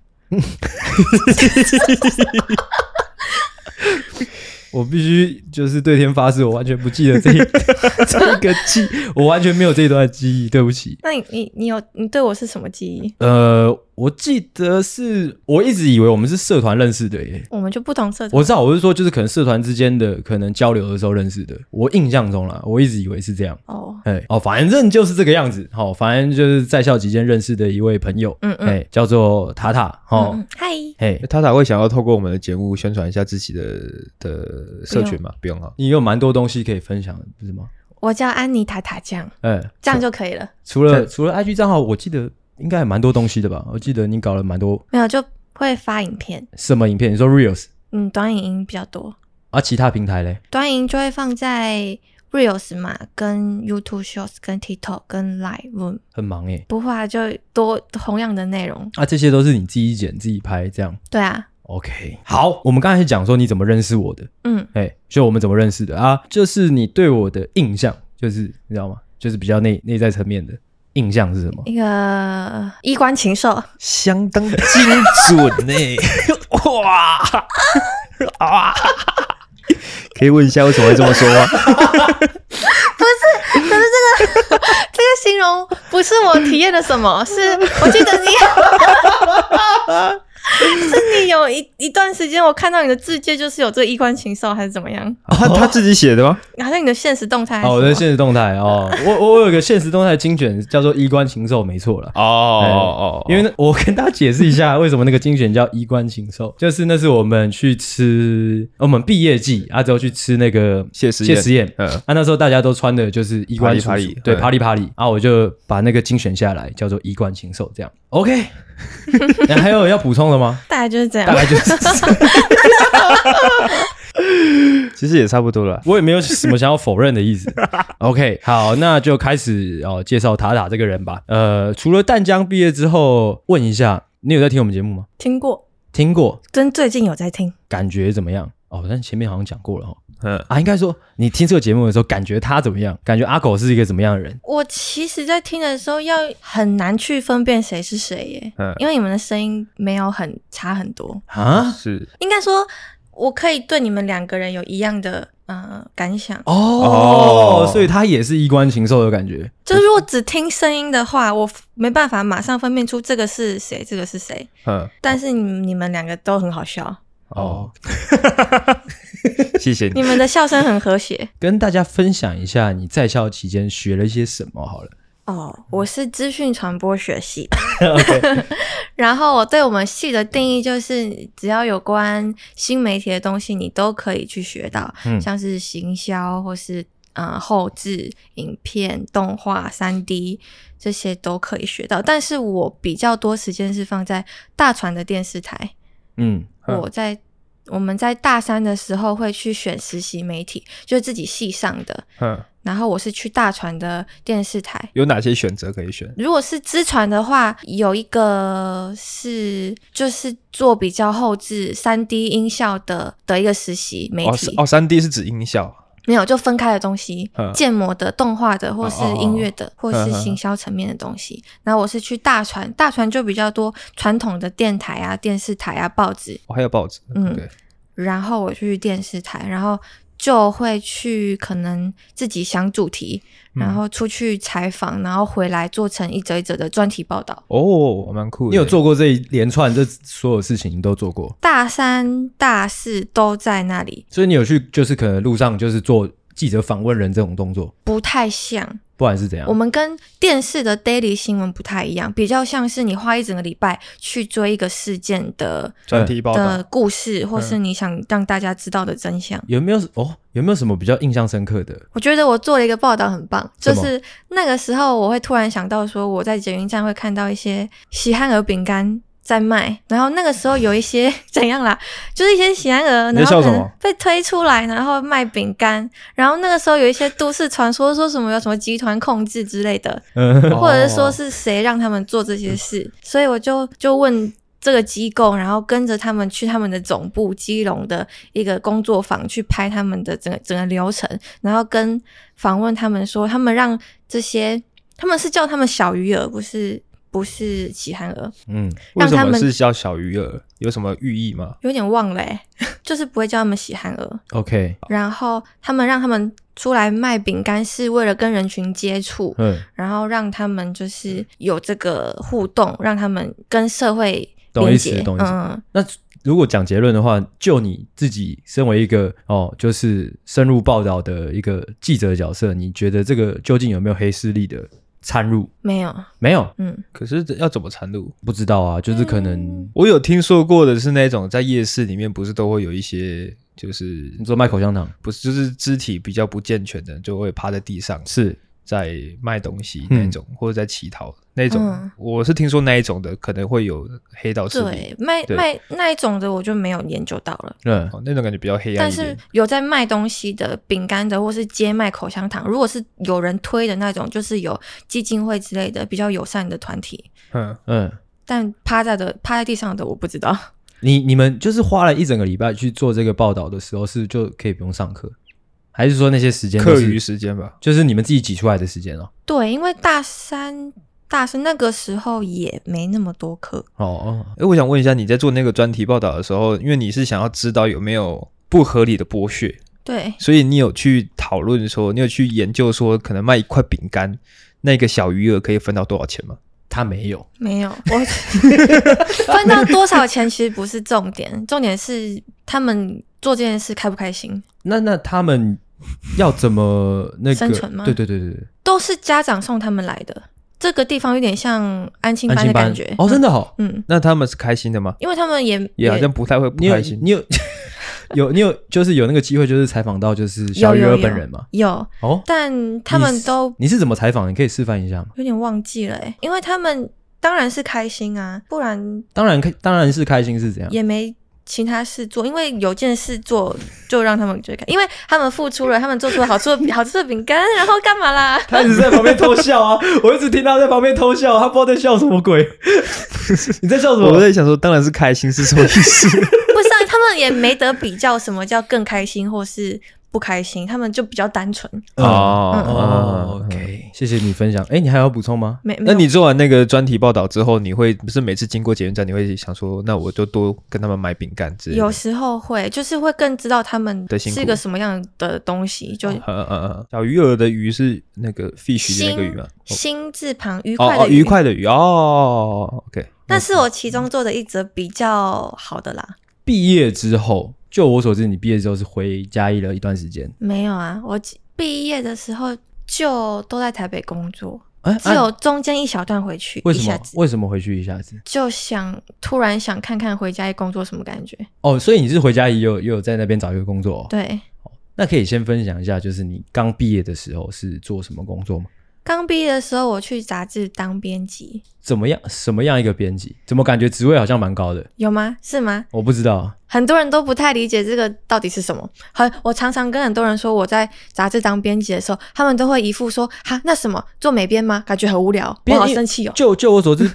[SPEAKER 2] 我必须就是对天发誓，我完全不记得这一 <laughs> 这一个记，我完全没有这一段记忆，对不起。
[SPEAKER 1] 那你你你有你对我是什么记忆？
[SPEAKER 2] 呃，我记得是我一直以为我们是社团认识的耶。
[SPEAKER 1] 我们就不同社团，
[SPEAKER 2] 我知道，我是说，就是可能社团之间的可能交流的时候认识的。我印象中啦，我一直以为是这样。
[SPEAKER 1] 哦，
[SPEAKER 2] 哎，哦，反正就是这个样子。好、反正就是在校期间认识的一位朋友，
[SPEAKER 1] 嗯嗯
[SPEAKER 2] 哎，叫做塔塔。哦，
[SPEAKER 1] 嗯嗯嗨，
[SPEAKER 2] 哎，
[SPEAKER 3] 他才会想要透过我们的节目宣传一下自己的的社群嘛？不用啊，
[SPEAKER 2] 你有蛮多东西可以分享的，不是吗？
[SPEAKER 1] 我叫安妮塔塔酱，
[SPEAKER 2] 哎，
[SPEAKER 1] 这样就可以了。
[SPEAKER 2] 除了除了 IG 账号，我记得应该还蛮多东西的吧？我记得你搞了蛮多
[SPEAKER 1] 没有就会发影片，
[SPEAKER 2] 什么影片？你说 Reels
[SPEAKER 1] 嗯，短影音比较多，
[SPEAKER 2] 啊？其他平台嘞？
[SPEAKER 1] 短影就会放在 Reels 嘛，跟 YouTube Shorts、跟 TikTok、跟 Live Room，
[SPEAKER 2] 很忙哎。
[SPEAKER 1] 不会啊，就多同样的内容。
[SPEAKER 2] 啊，这些都是你自己剪、自己拍这样。
[SPEAKER 1] 对啊，
[SPEAKER 2] OK，好，我们刚才讲说你怎么认识我的，
[SPEAKER 1] 嗯，
[SPEAKER 2] 哎，就我们怎么认识的啊？就是你对我的印象，就是你知道吗？就是比较内内在层面的印象是什么？
[SPEAKER 1] 一个呃衣冠禽兽，
[SPEAKER 3] 相当精 <laughs> 准呢、哇 <laughs> 啊！可以问一下为什么会这么说吗？
[SPEAKER 1] 这个形容 <laughs> 不是我体验了什 <laughs> 么，是我记得你，是你 <laughs> 有一一段时间我看到你的字界就是有这个衣冠禽兽还是怎么样，
[SPEAKER 3] <laughs> 啊，他自己写的吗？
[SPEAKER 1] 好像你的现实动态还是
[SPEAKER 2] 哦，我
[SPEAKER 1] 什
[SPEAKER 2] 的
[SPEAKER 1] 么
[SPEAKER 2] 现实动态 <laughs> 哦，我我有个现实动态精选叫做“衣冠禽兽”，没错了。哎
[SPEAKER 3] 哦哦
[SPEAKER 2] 因为那我跟大家解释一
[SPEAKER 3] <laughs>
[SPEAKER 2] 下，为什么那个精选叫“衣冠禽兽”，就是那是我们去吃哦我们毕业季啊，之后去吃那个
[SPEAKER 3] 谢师
[SPEAKER 2] 谢
[SPEAKER 3] 宴
[SPEAKER 2] 实验，
[SPEAKER 3] 嗯
[SPEAKER 2] 啊，那时候大家都穿的就是衣冠楚楚
[SPEAKER 3] 啪里啪里
[SPEAKER 2] 对，
[SPEAKER 3] 嗯
[SPEAKER 2] 啪里啪里，啊，我就把那个精选下来，叫做“衣冠禽兽”这样。OK，那还有要补充的吗？
[SPEAKER 1] 大概就是这样
[SPEAKER 2] 大。概就是这样，
[SPEAKER 1] <laughs>
[SPEAKER 3] 其实也差不多了。
[SPEAKER 2] <laughs> 我也没有什么想要否认的意思。OK，好，那就开始哦，介绍塔塔这个人吧。呃，除了淡江毕业之后，问一下，你有在听我们节目吗？
[SPEAKER 1] 听过，
[SPEAKER 2] 听过，
[SPEAKER 1] 真最近有在听，
[SPEAKER 2] 感觉怎么样？哦，但前面好像讲过了哦。
[SPEAKER 3] 嗯，
[SPEAKER 2] 啊，应该说你听这个节目的时候，感觉他怎么样？感觉阿狗是一个怎么样的人？
[SPEAKER 1] 我其实，在听的时候要很难去分辨谁是谁耶，
[SPEAKER 3] 嗯
[SPEAKER 1] 因为你们的声音没有很差很多。
[SPEAKER 2] 啊？
[SPEAKER 3] 是
[SPEAKER 1] 应该说，我可以对你们两个人有一样的呃感想。
[SPEAKER 2] 哦，
[SPEAKER 3] 哦
[SPEAKER 2] 所以他也是衣冠禽兽的感觉。
[SPEAKER 1] 就是如果只听声音的话，我没办法马上分辨出这个是谁，这个是谁。
[SPEAKER 3] 嗯，
[SPEAKER 1] 但是你们你们两个都很好笑，
[SPEAKER 3] 哦，谢谢
[SPEAKER 1] 你
[SPEAKER 3] 你。
[SPEAKER 1] 们的笑声很和谐。
[SPEAKER 2] 跟大家分享一下你在校期间学了一些什么好了。
[SPEAKER 1] 哦，我是资讯传播学系， <laughs> 然后我对我们系的定义就是，只要有关新媒体的东西，你都可以去学到，
[SPEAKER 2] 嗯
[SPEAKER 1] 像是行销或是呃后置、影片、动画、三 D 这些都可以学到。但是我比较多时间是放在大船的电视台，
[SPEAKER 2] 嗯，
[SPEAKER 3] 嗯
[SPEAKER 1] 我在我们在大三的时候会去选实习媒体，就是自己系上的，
[SPEAKER 3] 嗯，
[SPEAKER 1] 然后我是去大船的电视台。
[SPEAKER 3] 有哪些选择可以选？
[SPEAKER 1] 如果是资传的话，有一个是就是做比较后置三 D 音效的的一个实习媒
[SPEAKER 3] 哦，
[SPEAKER 1] 体
[SPEAKER 3] 是，哦，三 D 是指音效。
[SPEAKER 1] 没有就分开的东西
[SPEAKER 3] 嗯，
[SPEAKER 1] 建模的、动画的，或是
[SPEAKER 3] 哦哦哦
[SPEAKER 1] 音乐的，或
[SPEAKER 3] 嗯
[SPEAKER 1] 是
[SPEAKER 3] 嗯嗯
[SPEAKER 1] 行销层面的东西。然后我是去大船，大船就比较多传统的电台啊、电视台啊、报纸，
[SPEAKER 3] 哦，还有报纸。
[SPEAKER 1] 嗯
[SPEAKER 3] 对，
[SPEAKER 1] 然后我去电视台，然后就会去可能自己想主题，
[SPEAKER 3] 嗯
[SPEAKER 1] 然后出去采访，然后回来做成一则一则的专题报道。
[SPEAKER 3] 哦，蛮酷的。
[SPEAKER 2] 你有做过这一连串这所有事情你都做过，
[SPEAKER 1] 大三、大四都在那里，
[SPEAKER 2] 所以你有去就是可能路上就是做记者访问人这种动作，
[SPEAKER 1] 不太像。
[SPEAKER 2] 不管是怎
[SPEAKER 3] 嗯
[SPEAKER 2] 样
[SPEAKER 1] 我。们跟电视的 daily 新闻不太一样，比较像是你花一整个礼拜去追一个事件的
[SPEAKER 3] 专题报
[SPEAKER 1] 的
[SPEAKER 3] 道？嗯
[SPEAKER 1] 故事，或是你想让大家知道的真相。
[SPEAKER 2] 有没有哦？有没有什么比较印象深刻的？
[SPEAKER 1] 我觉得我做了一个报道很棒，
[SPEAKER 2] 什
[SPEAKER 1] 就
[SPEAKER 2] 么
[SPEAKER 1] 是那个时候我会突然想到说，我在捷运站会看到一些喜憨儿饼干在卖，然后那个时候有一些 <laughs> 怎样啦，就是一些喜憨儿，
[SPEAKER 3] 你在
[SPEAKER 1] 然后
[SPEAKER 3] 笑
[SPEAKER 1] 可
[SPEAKER 3] 什么
[SPEAKER 1] 能被推出来，然后卖饼干，然后那个时候有一些都市传说，说什么有什么集团控制之类的，
[SPEAKER 2] 嗯，
[SPEAKER 1] <laughs>
[SPEAKER 3] 哦
[SPEAKER 1] 或者是说是谁让他们做这些事，所以我就就问。这个机构，然后跟着他们去他们的总部基隆的一个工作坊去拍他们的整个整个流程，然后跟访问他们说，他们让这些他们是叫他们小鱼儿，不是不是喜憨儿，
[SPEAKER 2] 嗯，
[SPEAKER 3] 为
[SPEAKER 1] 让
[SPEAKER 3] 什
[SPEAKER 1] 他们
[SPEAKER 3] 么是叫小鱼儿？有什么寓意吗？
[SPEAKER 1] 有点忘了、欸， <laughs> 就是不会叫他们喜憨儿。
[SPEAKER 2] OK，
[SPEAKER 1] 然后他们让他们出来卖饼干是为了跟人群接触，
[SPEAKER 2] 嗯，
[SPEAKER 1] 然后让他们就是有这个互动，让他们跟社会
[SPEAKER 2] 懂
[SPEAKER 1] 连
[SPEAKER 2] 意思
[SPEAKER 1] 接
[SPEAKER 2] 懂意思
[SPEAKER 1] 嗯，
[SPEAKER 2] 那如果讲结论的话，就你自己身为一个哦，就是深入报道的一个记者的角色，你觉得这个究竟有没有黑势力的掺入？
[SPEAKER 1] 没有，
[SPEAKER 2] 没有，
[SPEAKER 1] 嗯，
[SPEAKER 3] 可是要怎么缠路？
[SPEAKER 2] 不知道啊，就是可能
[SPEAKER 1] 嗯
[SPEAKER 3] 我有听说过的是那种在夜市里面不是都会有一些就是
[SPEAKER 2] 你说卖口香糖
[SPEAKER 3] 不是就是肢体比较不健全的就会趴在地上
[SPEAKER 2] 是
[SPEAKER 3] 在卖东西
[SPEAKER 2] 嗯
[SPEAKER 3] 那种，或者在乞讨那种。
[SPEAKER 1] 嗯
[SPEAKER 3] 我是听说那一种的可能会有黑道势力，
[SPEAKER 1] 对，卖
[SPEAKER 3] 对
[SPEAKER 1] 卖那一种的我就没有研究到了。
[SPEAKER 2] 嗯
[SPEAKER 3] 哦，那种感觉比较黑暗
[SPEAKER 1] 但
[SPEAKER 3] 一
[SPEAKER 1] 是
[SPEAKER 3] 点。
[SPEAKER 1] 有在卖东西的，饼干的，或是街卖口香糖，如果是有人推的那种，就是有基金会之类的比较友善的团体。
[SPEAKER 3] 嗯，
[SPEAKER 2] 嗯，
[SPEAKER 1] 但趴在的趴在地上的我不知道，
[SPEAKER 2] 你你们就是花了一整个礼拜去做这个报道的时候，是就可以不用上课，还是说那些时间都
[SPEAKER 3] 课
[SPEAKER 2] 是
[SPEAKER 3] 余时间吧。
[SPEAKER 2] 就是你们自己挤出来的时间哦？
[SPEAKER 1] 对，因为大三大三那个时候也没那么多课，
[SPEAKER 2] 哦哦，
[SPEAKER 3] 哎，我想问一下，你在做那个专题报道的时候，因为你是想要知道有没有不合理的剥削，
[SPEAKER 1] 对，
[SPEAKER 3] 所以你有去讨论说，你有去研究说，可能卖一块饼干，那个小鱼儿可以分到多少钱吗？
[SPEAKER 2] 他没有，
[SPEAKER 1] 没有，我 <laughs> 分到多少钱其实不是重点，重点是他们做这件事开不开心。
[SPEAKER 2] 那那他们要怎么那个
[SPEAKER 1] 生存吗
[SPEAKER 2] 对对对对对，
[SPEAKER 1] 都是家长送他们来的，这个地方有点像安亲班的感觉。
[SPEAKER 2] 哦，真的好、哦。
[SPEAKER 1] 嗯，
[SPEAKER 3] 那他们是开心的吗？
[SPEAKER 1] 因为他们也
[SPEAKER 3] 也好像不太会不
[SPEAKER 2] 你有
[SPEAKER 3] 开心。
[SPEAKER 2] 你有有你有就是有那个机会，就是采访到就是小鱼
[SPEAKER 1] 有有
[SPEAKER 2] 儿
[SPEAKER 1] 有
[SPEAKER 2] 本人嘛？
[SPEAKER 1] 有，
[SPEAKER 2] 哦，
[SPEAKER 1] 但他
[SPEAKER 2] 你
[SPEAKER 1] 们
[SPEAKER 2] 是
[SPEAKER 1] 都
[SPEAKER 2] 你是怎么采访？你可以示范一下吗？
[SPEAKER 1] 有点忘记了、欸，因为他们当然是开心啊，不然
[SPEAKER 2] 当然开，当然是开心是怎样？
[SPEAKER 1] 也没其他事做，因为有件事做就让他们觉得开，因为他们付出了，他们做出了好吃 <laughs> 的好吃的饼干，然后干嘛啦？
[SPEAKER 2] <laughs> 他一直在旁边偷笑 <laughs> 啊！我一直听他在旁边偷笑，他不知道在笑什么 <laughs> 鬼。你在笑什
[SPEAKER 3] 我在想说，当然是开心是什么意思？
[SPEAKER 1] 不是、啊，他们也没得比较什么叫更开心或是。不开心，他们就比较单纯。
[SPEAKER 2] 嗯
[SPEAKER 3] 哦
[SPEAKER 1] 嗯
[SPEAKER 2] 哦
[SPEAKER 3] 嗯
[SPEAKER 2] ，OK，谢谢你分享。哎，你还要补充吗？
[SPEAKER 1] 没，没
[SPEAKER 3] 那
[SPEAKER 1] 有
[SPEAKER 3] 你做完那个专题报道之后，你会不是每次经过捷运站，你会想说，那我就多跟他们买饼干之类的。
[SPEAKER 1] 有时候会，就是会更知道他们
[SPEAKER 3] 的辛苦
[SPEAKER 1] 是个什么样的东西，就
[SPEAKER 3] 嗯嗯嗯嗯，小鱼儿的鱼是那个 fish 的那个鱼
[SPEAKER 1] 心
[SPEAKER 3] 吗？
[SPEAKER 1] 心字旁哦愉
[SPEAKER 3] 哦
[SPEAKER 1] 快嗯
[SPEAKER 3] 哦，
[SPEAKER 1] 的
[SPEAKER 3] 愉。快的鱼哦，OK，
[SPEAKER 1] 那是我其中做的一则比较好的啦。
[SPEAKER 2] 毕业之后，就我所知，你毕业之后是回嘉义了一段时间。
[SPEAKER 1] 没有啊，我毕业的时候就都在台北工作，
[SPEAKER 2] 哎，
[SPEAKER 1] 只
[SPEAKER 2] 啊
[SPEAKER 1] 有中间一小段回去，
[SPEAKER 2] 为
[SPEAKER 1] 一
[SPEAKER 2] 什
[SPEAKER 1] 下
[SPEAKER 2] 么
[SPEAKER 1] 子
[SPEAKER 2] 为什么回去一下子？
[SPEAKER 1] 就想突然想看看回家工作什么感觉。
[SPEAKER 2] 哦，所以你是回嘉义又又有在那边找一个工作、哦？
[SPEAKER 1] 对，
[SPEAKER 2] 那可以先分享一下，就是你刚毕业的时候是做什么工作吗？
[SPEAKER 1] 刚毕业的时候我去杂志当编辑，
[SPEAKER 2] 怎么样？什么样一个编辑？怎么感觉职位好像蛮高的？
[SPEAKER 1] 有吗？是吗？
[SPEAKER 2] 我不知道。啊
[SPEAKER 1] 很多人都不太理解这个到底是什么。很，我常常跟很多人说我在杂志当编辑的时候，他们都会一副说：“哈，那什么做美编吗？感觉很无聊，我
[SPEAKER 2] 编
[SPEAKER 1] 好生气哦。
[SPEAKER 2] 就就我所知，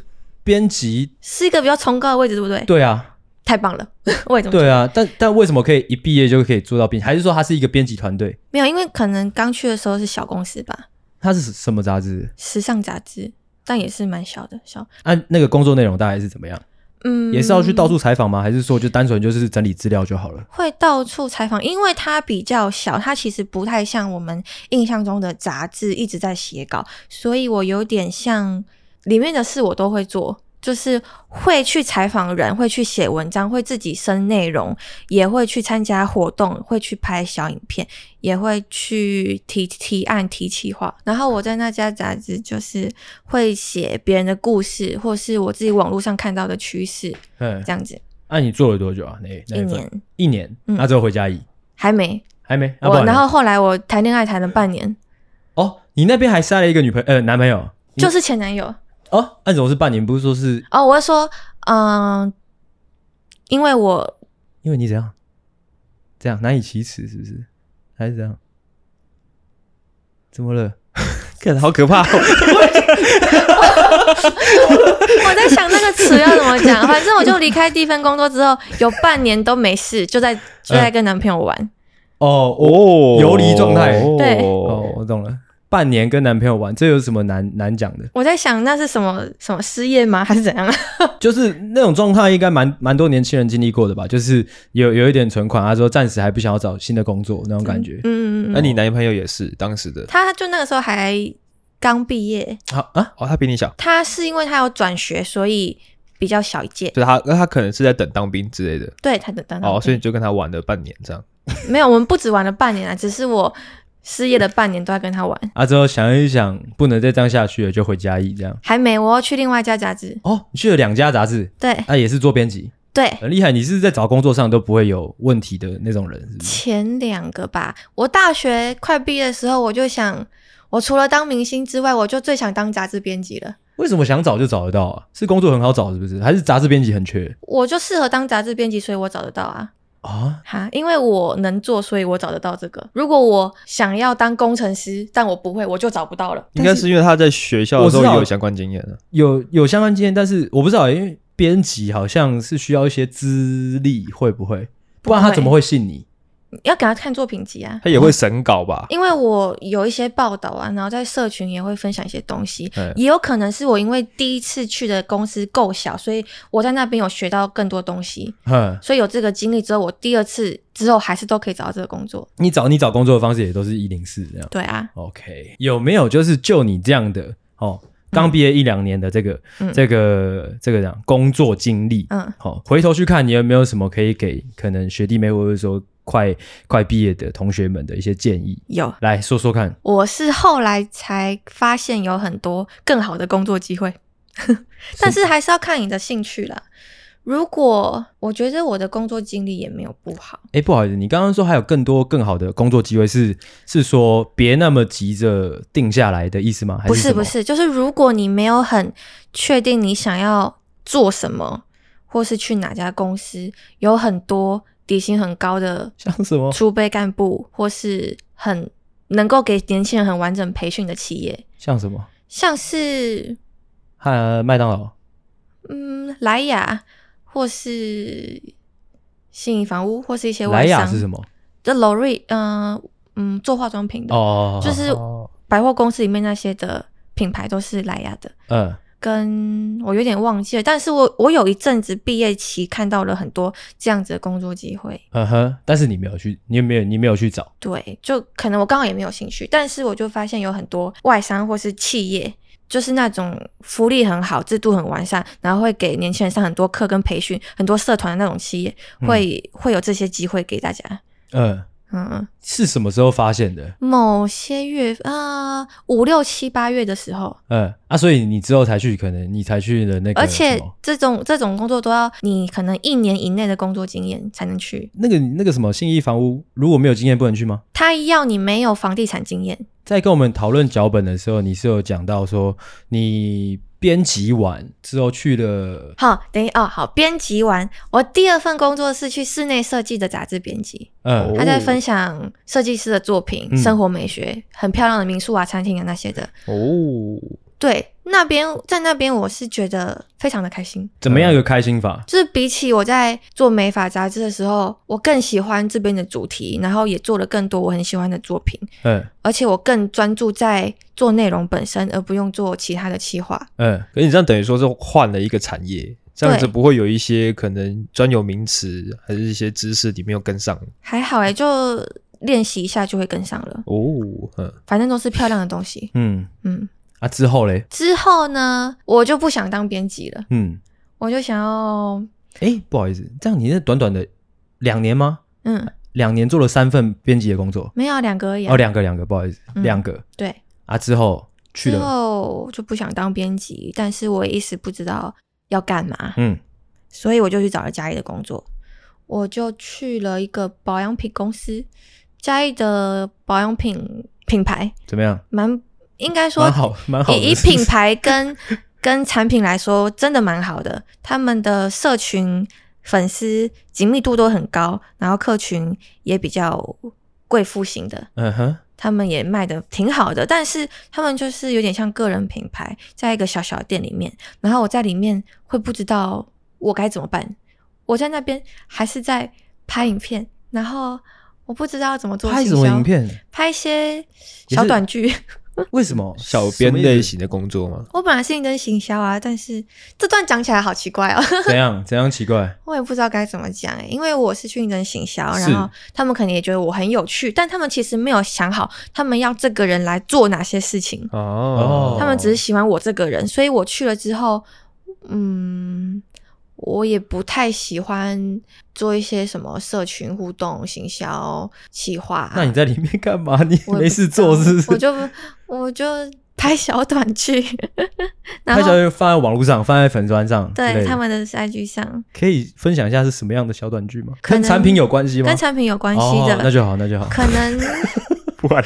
[SPEAKER 1] <laughs>
[SPEAKER 2] 编辑”
[SPEAKER 1] 是一个比较崇高的位置，对不对？
[SPEAKER 2] 对啊，
[SPEAKER 1] 太棒了， <laughs> 我也这么觉得
[SPEAKER 2] 对啊，但但为什么可以一毕业就可以做到编辑？还是说他是一个编辑团队？
[SPEAKER 1] 没有，因为可能刚去的时候是小公司吧，
[SPEAKER 2] 他是什么杂志？
[SPEAKER 1] 时尚杂志，但也是蛮小的，小
[SPEAKER 2] 按、那个工作内容大概是怎么样？
[SPEAKER 1] 嗯，
[SPEAKER 2] 也是要去到处采访吗？还是说就单纯就是整理资料就好了？
[SPEAKER 1] 会到处采访，因为它比较小，它其实不太像我们印象中的杂志一直在写稿，所以我有点像里面的事我都会做，就是会去采访人，会去写文章，会自己生内容，也会去参加活动，会去拍小影片，也会去提提案、提企划。然后我在那家杂志就是会写别人的故事，或是我自己网络上看到的趋势，
[SPEAKER 2] 嗯，
[SPEAKER 1] 这样子
[SPEAKER 2] 那、你做了多久啊？那那
[SPEAKER 1] 一
[SPEAKER 2] 份
[SPEAKER 1] 年
[SPEAKER 2] 一年，
[SPEAKER 1] 嗯
[SPEAKER 2] 那之后回嘉义、
[SPEAKER 1] 还没。
[SPEAKER 2] 还没？啊、不
[SPEAKER 1] 我
[SPEAKER 2] 呢
[SPEAKER 1] 然后后来我谈恋爱谈了半年，
[SPEAKER 2] 哦，你那边还塞了一个女朋呃男朋友，你
[SPEAKER 1] 就是前男友
[SPEAKER 2] 哦，那怎么是半年？不是说是
[SPEAKER 1] 哦。我就说，嗯、因为我
[SPEAKER 2] 因为你怎样这样难以启齿，是不是？还是怎样？怎么了？ <laughs>
[SPEAKER 3] 看好可怕、哦，
[SPEAKER 1] 我在想那个词要怎么讲，反正我就离开第一份工作之后，有半年都没事，就在就在跟男朋友玩。
[SPEAKER 2] 哦，我
[SPEAKER 3] 哦
[SPEAKER 2] 游离状态
[SPEAKER 1] 对
[SPEAKER 2] 哦，我懂了。半年跟男朋友玩，这有什么难难讲的？
[SPEAKER 1] 我在想那是什么什么失业吗， <laughs> 还是怎样？嗯
[SPEAKER 2] 就是那种状态，应该蛮蛮多年轻人经历过的吧？就是有有一点存款，他说暂时还不想要找新的工作那种感觉。
[SPEAKER 1] 嗯嗯
[SPEAKER 3] 那
[SPEAKER 1] 嗯，
[SPEAKER 3] 你男朋友也是当时的
[SPEAKER 1] 他就那个时候还刚毕业，
[SPEAKER 2] 好啊，
[SPEAKER 3] 哦，他比你小，
[SPEAKER 1] 他是因为他要转学，所以比较小一届。
[SPEAKER 3] 就是他那他可能是在等当兵之类的
[SPEAKER 1] 对，他等等等，
[SPEAKER 3] 哦，所以你就跟他玩了半年这样。
[SPEAKER 1] 没有，我们不止玩了半年啊，只是我失业的半年都在跟他玩。
[SPEAKER 2] 啊之后想一想，不能再这样下去了，就回嘉义这样。
[SPEAKER 1] 还没，我要去另外一家杂志。
[SPEAKER 2] 哦，你去了两家杂志，
[SPEAKER 1] 对
[SPEAKER 2] 啊，也是做编辑，
[SPEAKER 1] 对，
[SPEAKER 2] 很厉害。你是在找工作上都不会有问题的那种人，是 <laughs> 不是？
[SPEAKER 1] 前两个吧。我大学快毕业的时候，我就想，我除了当明星之外，我就最想当杂志编辑了。
[SPEAKER 2] 为什么想找就找得到啊？是工作很好找，是不是？还是杂志编辑很缺
[SPEAKER 1] 我就适合当杂志编辑，所以我找得到啊
[SPEAKER 2] 啊？
[SPEAKER 1] 哈，因为我能做，所以我找得到这个。如果我想要当工程师，但我不会，我就找不到了。
[SPEAKER 3] 应该是因为他在学校的时候也有相关经验了。
[SPEAKER 2] 有有相关经验，但是我不知道，欸因为编辑好像是需要一些资历，会不会？不然他怎么会信你？
[SPEAKER 1] 要给他看作品集啊。
[SPEAKER 3] 他也会审稿吧？
[SPEAKER 1] 因为我有一些报道啊，然后在社群也会分享一些东西，
[SPEAKER 3] 嗯
[SPEAKER 1] 也有可能是我因为第一次去的公司够小，所以我在那边有学到更多东西，
[SPEAKER 2] 哼，
[SPEAKER 1] 所以有这个经历之后，我第二次之后还是都可以找到这个工作。
[SPEAKER 2] 你找你找工作的方式也都是一零四这样。
[SPEAKER 1] 对啊，
[SPEAKER 2] OK，有没有就是就你这样的哦，刚毕业一两年的这个、
[SPEAKER 1] 嗯
[SPEAKER 2] 这个这个这样工作经历，
[SPEAKER 1] 嗯，
[SPEAKER 2] 好、回头去看，你有没有什么可以给可能学弟妹或者说快快毕业的同学们的一些建议？
[SPEAKER 1] 有。
[SPEAKER 2] 来说说看，
[SPEAKER 1] 我是后来才发现有很多更好的工作机会， <laughs> 但是还是要看你的兴趣啦。如果我觉得我的工作经历也没有不好，
[SPEAKER 2] 哎，不好意思，你刚刚说还有更多更好的工作机会是，是说别那么急着定下来的意思吗？还
[SPEAKER 1] 不
[SPEAKER 2] 是
[SPEAKER 1] 是
[SPEAKER 2] 什么
[SPEAKER 1] 不，是，就是如果你没有很确定你想要做什么，或是去哪家公司，有很多底薪很高的
[SPEAKER 2] 像什么
[SPEAKER 1] 储备干部，或是很能够给年轻人很完整培训的企业，
[SPEAKER 2] 像什么
[SPEAKER 1] 像是
[SPEAKER 2] 汉麦当劳
[SPEAKER 1] 嗯莱雅，或是信义房屋，或是一些
[SPEAKER 2] 莱
[SPEAKER 1] 外
[SPEAKER 2] 雅
[SPEAKER 1] 商
[SPEAKER 2] 是什么？
[SPEAKER 1] 这 Lori，嗯、嗯，做化妆品的，
[SPEAKER 2] 哦，
[SPEAKER 1] 就是
[SPEAKER 3] 哦
[SPEAKER 1] 百货公司里面那些的品牌都是莱雅的。
[SPEAKER 2] 嗯
[SPEAKER 1] 跟我有点忘记了，但是我我有一阵子毕业期看到了很多这样子的工作机会，
[SPEAKER 2] 嗯哼，但是你没有去，你也没有你没有去找，
[SPEAKER 1] 对，就可能我刚好也没有兴趣，但是我就发现有很多外商或是企业，就是那种福利很好、制度很完善，然后会给年轻人上很多课跟培训，很多社团的那种企业会、会有这些机会给大家。
[SPEAKER 2] 嗯，
[SPEAKER 1] 嗯，
[SPEAKER 2] 是什么时候发现的？
[SPEAKER 1] 某些月啊，五六七八月的时候，
[SPEAKER 2] 嗯啊，所以你之后才去，可能你才去了那个什么，
[SPEAKER 1] 而且这种这种工作都要你可能一年以内的工作经验才能去。
[SPEAKER 2] 那个那个什么信义房屋，如果没有经验不能去吗？
[SPEAKER 1] 他要你没有房地产经验，
[SPEAKER 2] 在跟我们讨论脚本的时候，你是有讲到说你编辑完之后去了，
[SPEAKER 1] 好，等一哦，好，编辑完，我第二份工作是去室内设计的杂志编辑，
[SPEAKER 2] 嗯
[SPEAKER 1] 他在分享设计师的作品、
[SPEAKER 2] 嗯
[SPEAKER 1] 生活美学，很漂亮的民宿啊、餐厅啊那些的。
[SPEAKER 3] 哦，
[SPEAKER 1] 对，那边在那边我是觉得非常的开心，
[SPEAKER 2] 怎么样一个开心法？
[SPEAKER 1] 就是比起我在做美发杂志的时候，我更喜欢这边的主题，然后也做了更多我很喜欢的作品，
[SPEAKER 2] 嗯
[SPEAKER 1] 而且我更专注在做内容本身，而不用做其他的企划。
[SPEAKER 2] 嗯
[SPEAKER 3] 可是你这样等于说是换了一个产业，这样子
[SPEAKER 1] 对
[SPEAKER 3] 不会有一些可能专有名词还是一些知识你没有跟上
[SPEAKER 1] 还好哎、就练习一下就会跟上了，
[SPEAKER 3] 哦，嗯，
[SPEAKER 1] 反正都是漂亮的东西。
[SPEAKER 2] 嗯
[SPEAKER 1] 嗯，
[SPEAKER 2] 啊，之后嘞，
[SPEAKER 1] 之后呢，我就不想当编辑了，
[SPEAKER 2] 嗯，
[SPEAKER 1] 我就想要，
[SPEAKER 2] 哎，不好意思，这样你那短短的两年吗？
[SPEAKER 1] 嗯，
[SPEAKER 2] 两年做了三份编辑的工作，
[SPEAKER 1] 没有啊两个而已啊、
[SPEAKER 2] 哦，两个两个，不好意思，
[SPEAKER 1] 嗯
[SPEAKER 2] 两个
[SPEAKER 1] 对，
[SPEAKER 2] 啊，之后去
[SPEAKER 1] 之
[SPEAKER 2] 了，
[SPEAKER 1] 后就不想当编辑，但是我一时不知道要干嘛，
[SPEAKER 2] 嗯
[SPEAKER 1] 所以我就去找了嘉义的工作，我就去了一个保养品公司，嘉义的保养品品牌
[SPEAKER 2] 怎么样？
[SPEAKER 1] 蛮应该说
[SPEAKER 2] 蛮好，蛮好的，
[SPEAKER 1] 以以
[SPEAKER 2] 是不
[SPEAKER 1] 品
[SPEAKER 2] 是
[SPEAKER 1] 牌跟跟产品来说，真的蛮好的。他们的社群粉丝紧密度都很高，然后客群也比较贵妇型的，
[SPEAKER 2] 嗯哼，
[SPEAKER 1] 他们也卖的挺好的。但是他们就是有点像个人品牌，在一个小小的店里面，然后我在里面会不知道我该怎么办。我在那边还是在拍影片，然后我不知道怎么做
[SPEAKER 2] 拍
[SPEAKER 1] 行
[SPEAKER 2] 什么
[SPEAKER 1] 销 <laughs>
[SPEAKER 2] 影，片？
[SPEAKER 1] 拍一些小
[SPEAKER 2] 是
[SPEAKER 1] 短剧。
[SPEAKER 2] 为什么
[SPEAKER 3] 小编类
[SPEAKER 2] 类型？
[SPEAKER 3] 型的工作吗？
[SPEAKER 1] 我本来是应征行销啊，但是这段讲起来好奇怪哦， <laughs>
[SPEAKER 2] 怎样？怎样奇怪？
[SPEAKER 1] 我也不知道该怎么讲欸诶，因为我是去应征行销，
[SPEAKER 2] 是
[SPEAKER 1] 然后他们可能也觉得我很有趣，但他们其实没有想好他们要这个人来做哪些事情，
[SPEAKER 3] 哦
[SPEAKER 2] 哦
[SPEAKER 1] 他们只是喜欢我这个人，所以我去了之后，嗯，我也不太喜欢做一些什么社群互动、行销、企划啊、
[SPEAKER 2] 那你在里面干嘛？你
[SPEAKER 1] 我也
[SPEAKER 2] 没
[SPEAKER 1] 不
[SPEAKER 2] 事
[SPEAKER 1] 知道
[SPEAKER 2] 做是
[SPEAKER 1] <laughs> 我
[SPEAKER 2] 不是？
[SPEAKER 1] 就我就拍小短剧， <laughs> 然
[SPEAKER 2] 拍
[SPEAKER 1] 后
[SPEAKER 2] 小就放在网络上，放在粉砖上之类的，
[SPEAKER 1] 对他们的 IG 上。
[SPEAKER 2] 可以分享一下是什么样的小短剧吗？
[SPEAKER 1] 可
[SPEAKER 2] 跟
[SPEAKER 1] 能
[SPEAKER 2] 产品有关系吗？
[SPEAKER 1] 跟产品有关系
[SPEAKER 2] 哦，那
[SPEAKER 1] 的，
[SPEAKER 2] 就好，那
[SPEAKER 1] <laughs>
[SPEAKER 2] 就好。 <laughs>
[SPEAKER 1] 可能
[SPEAKER 3] 不然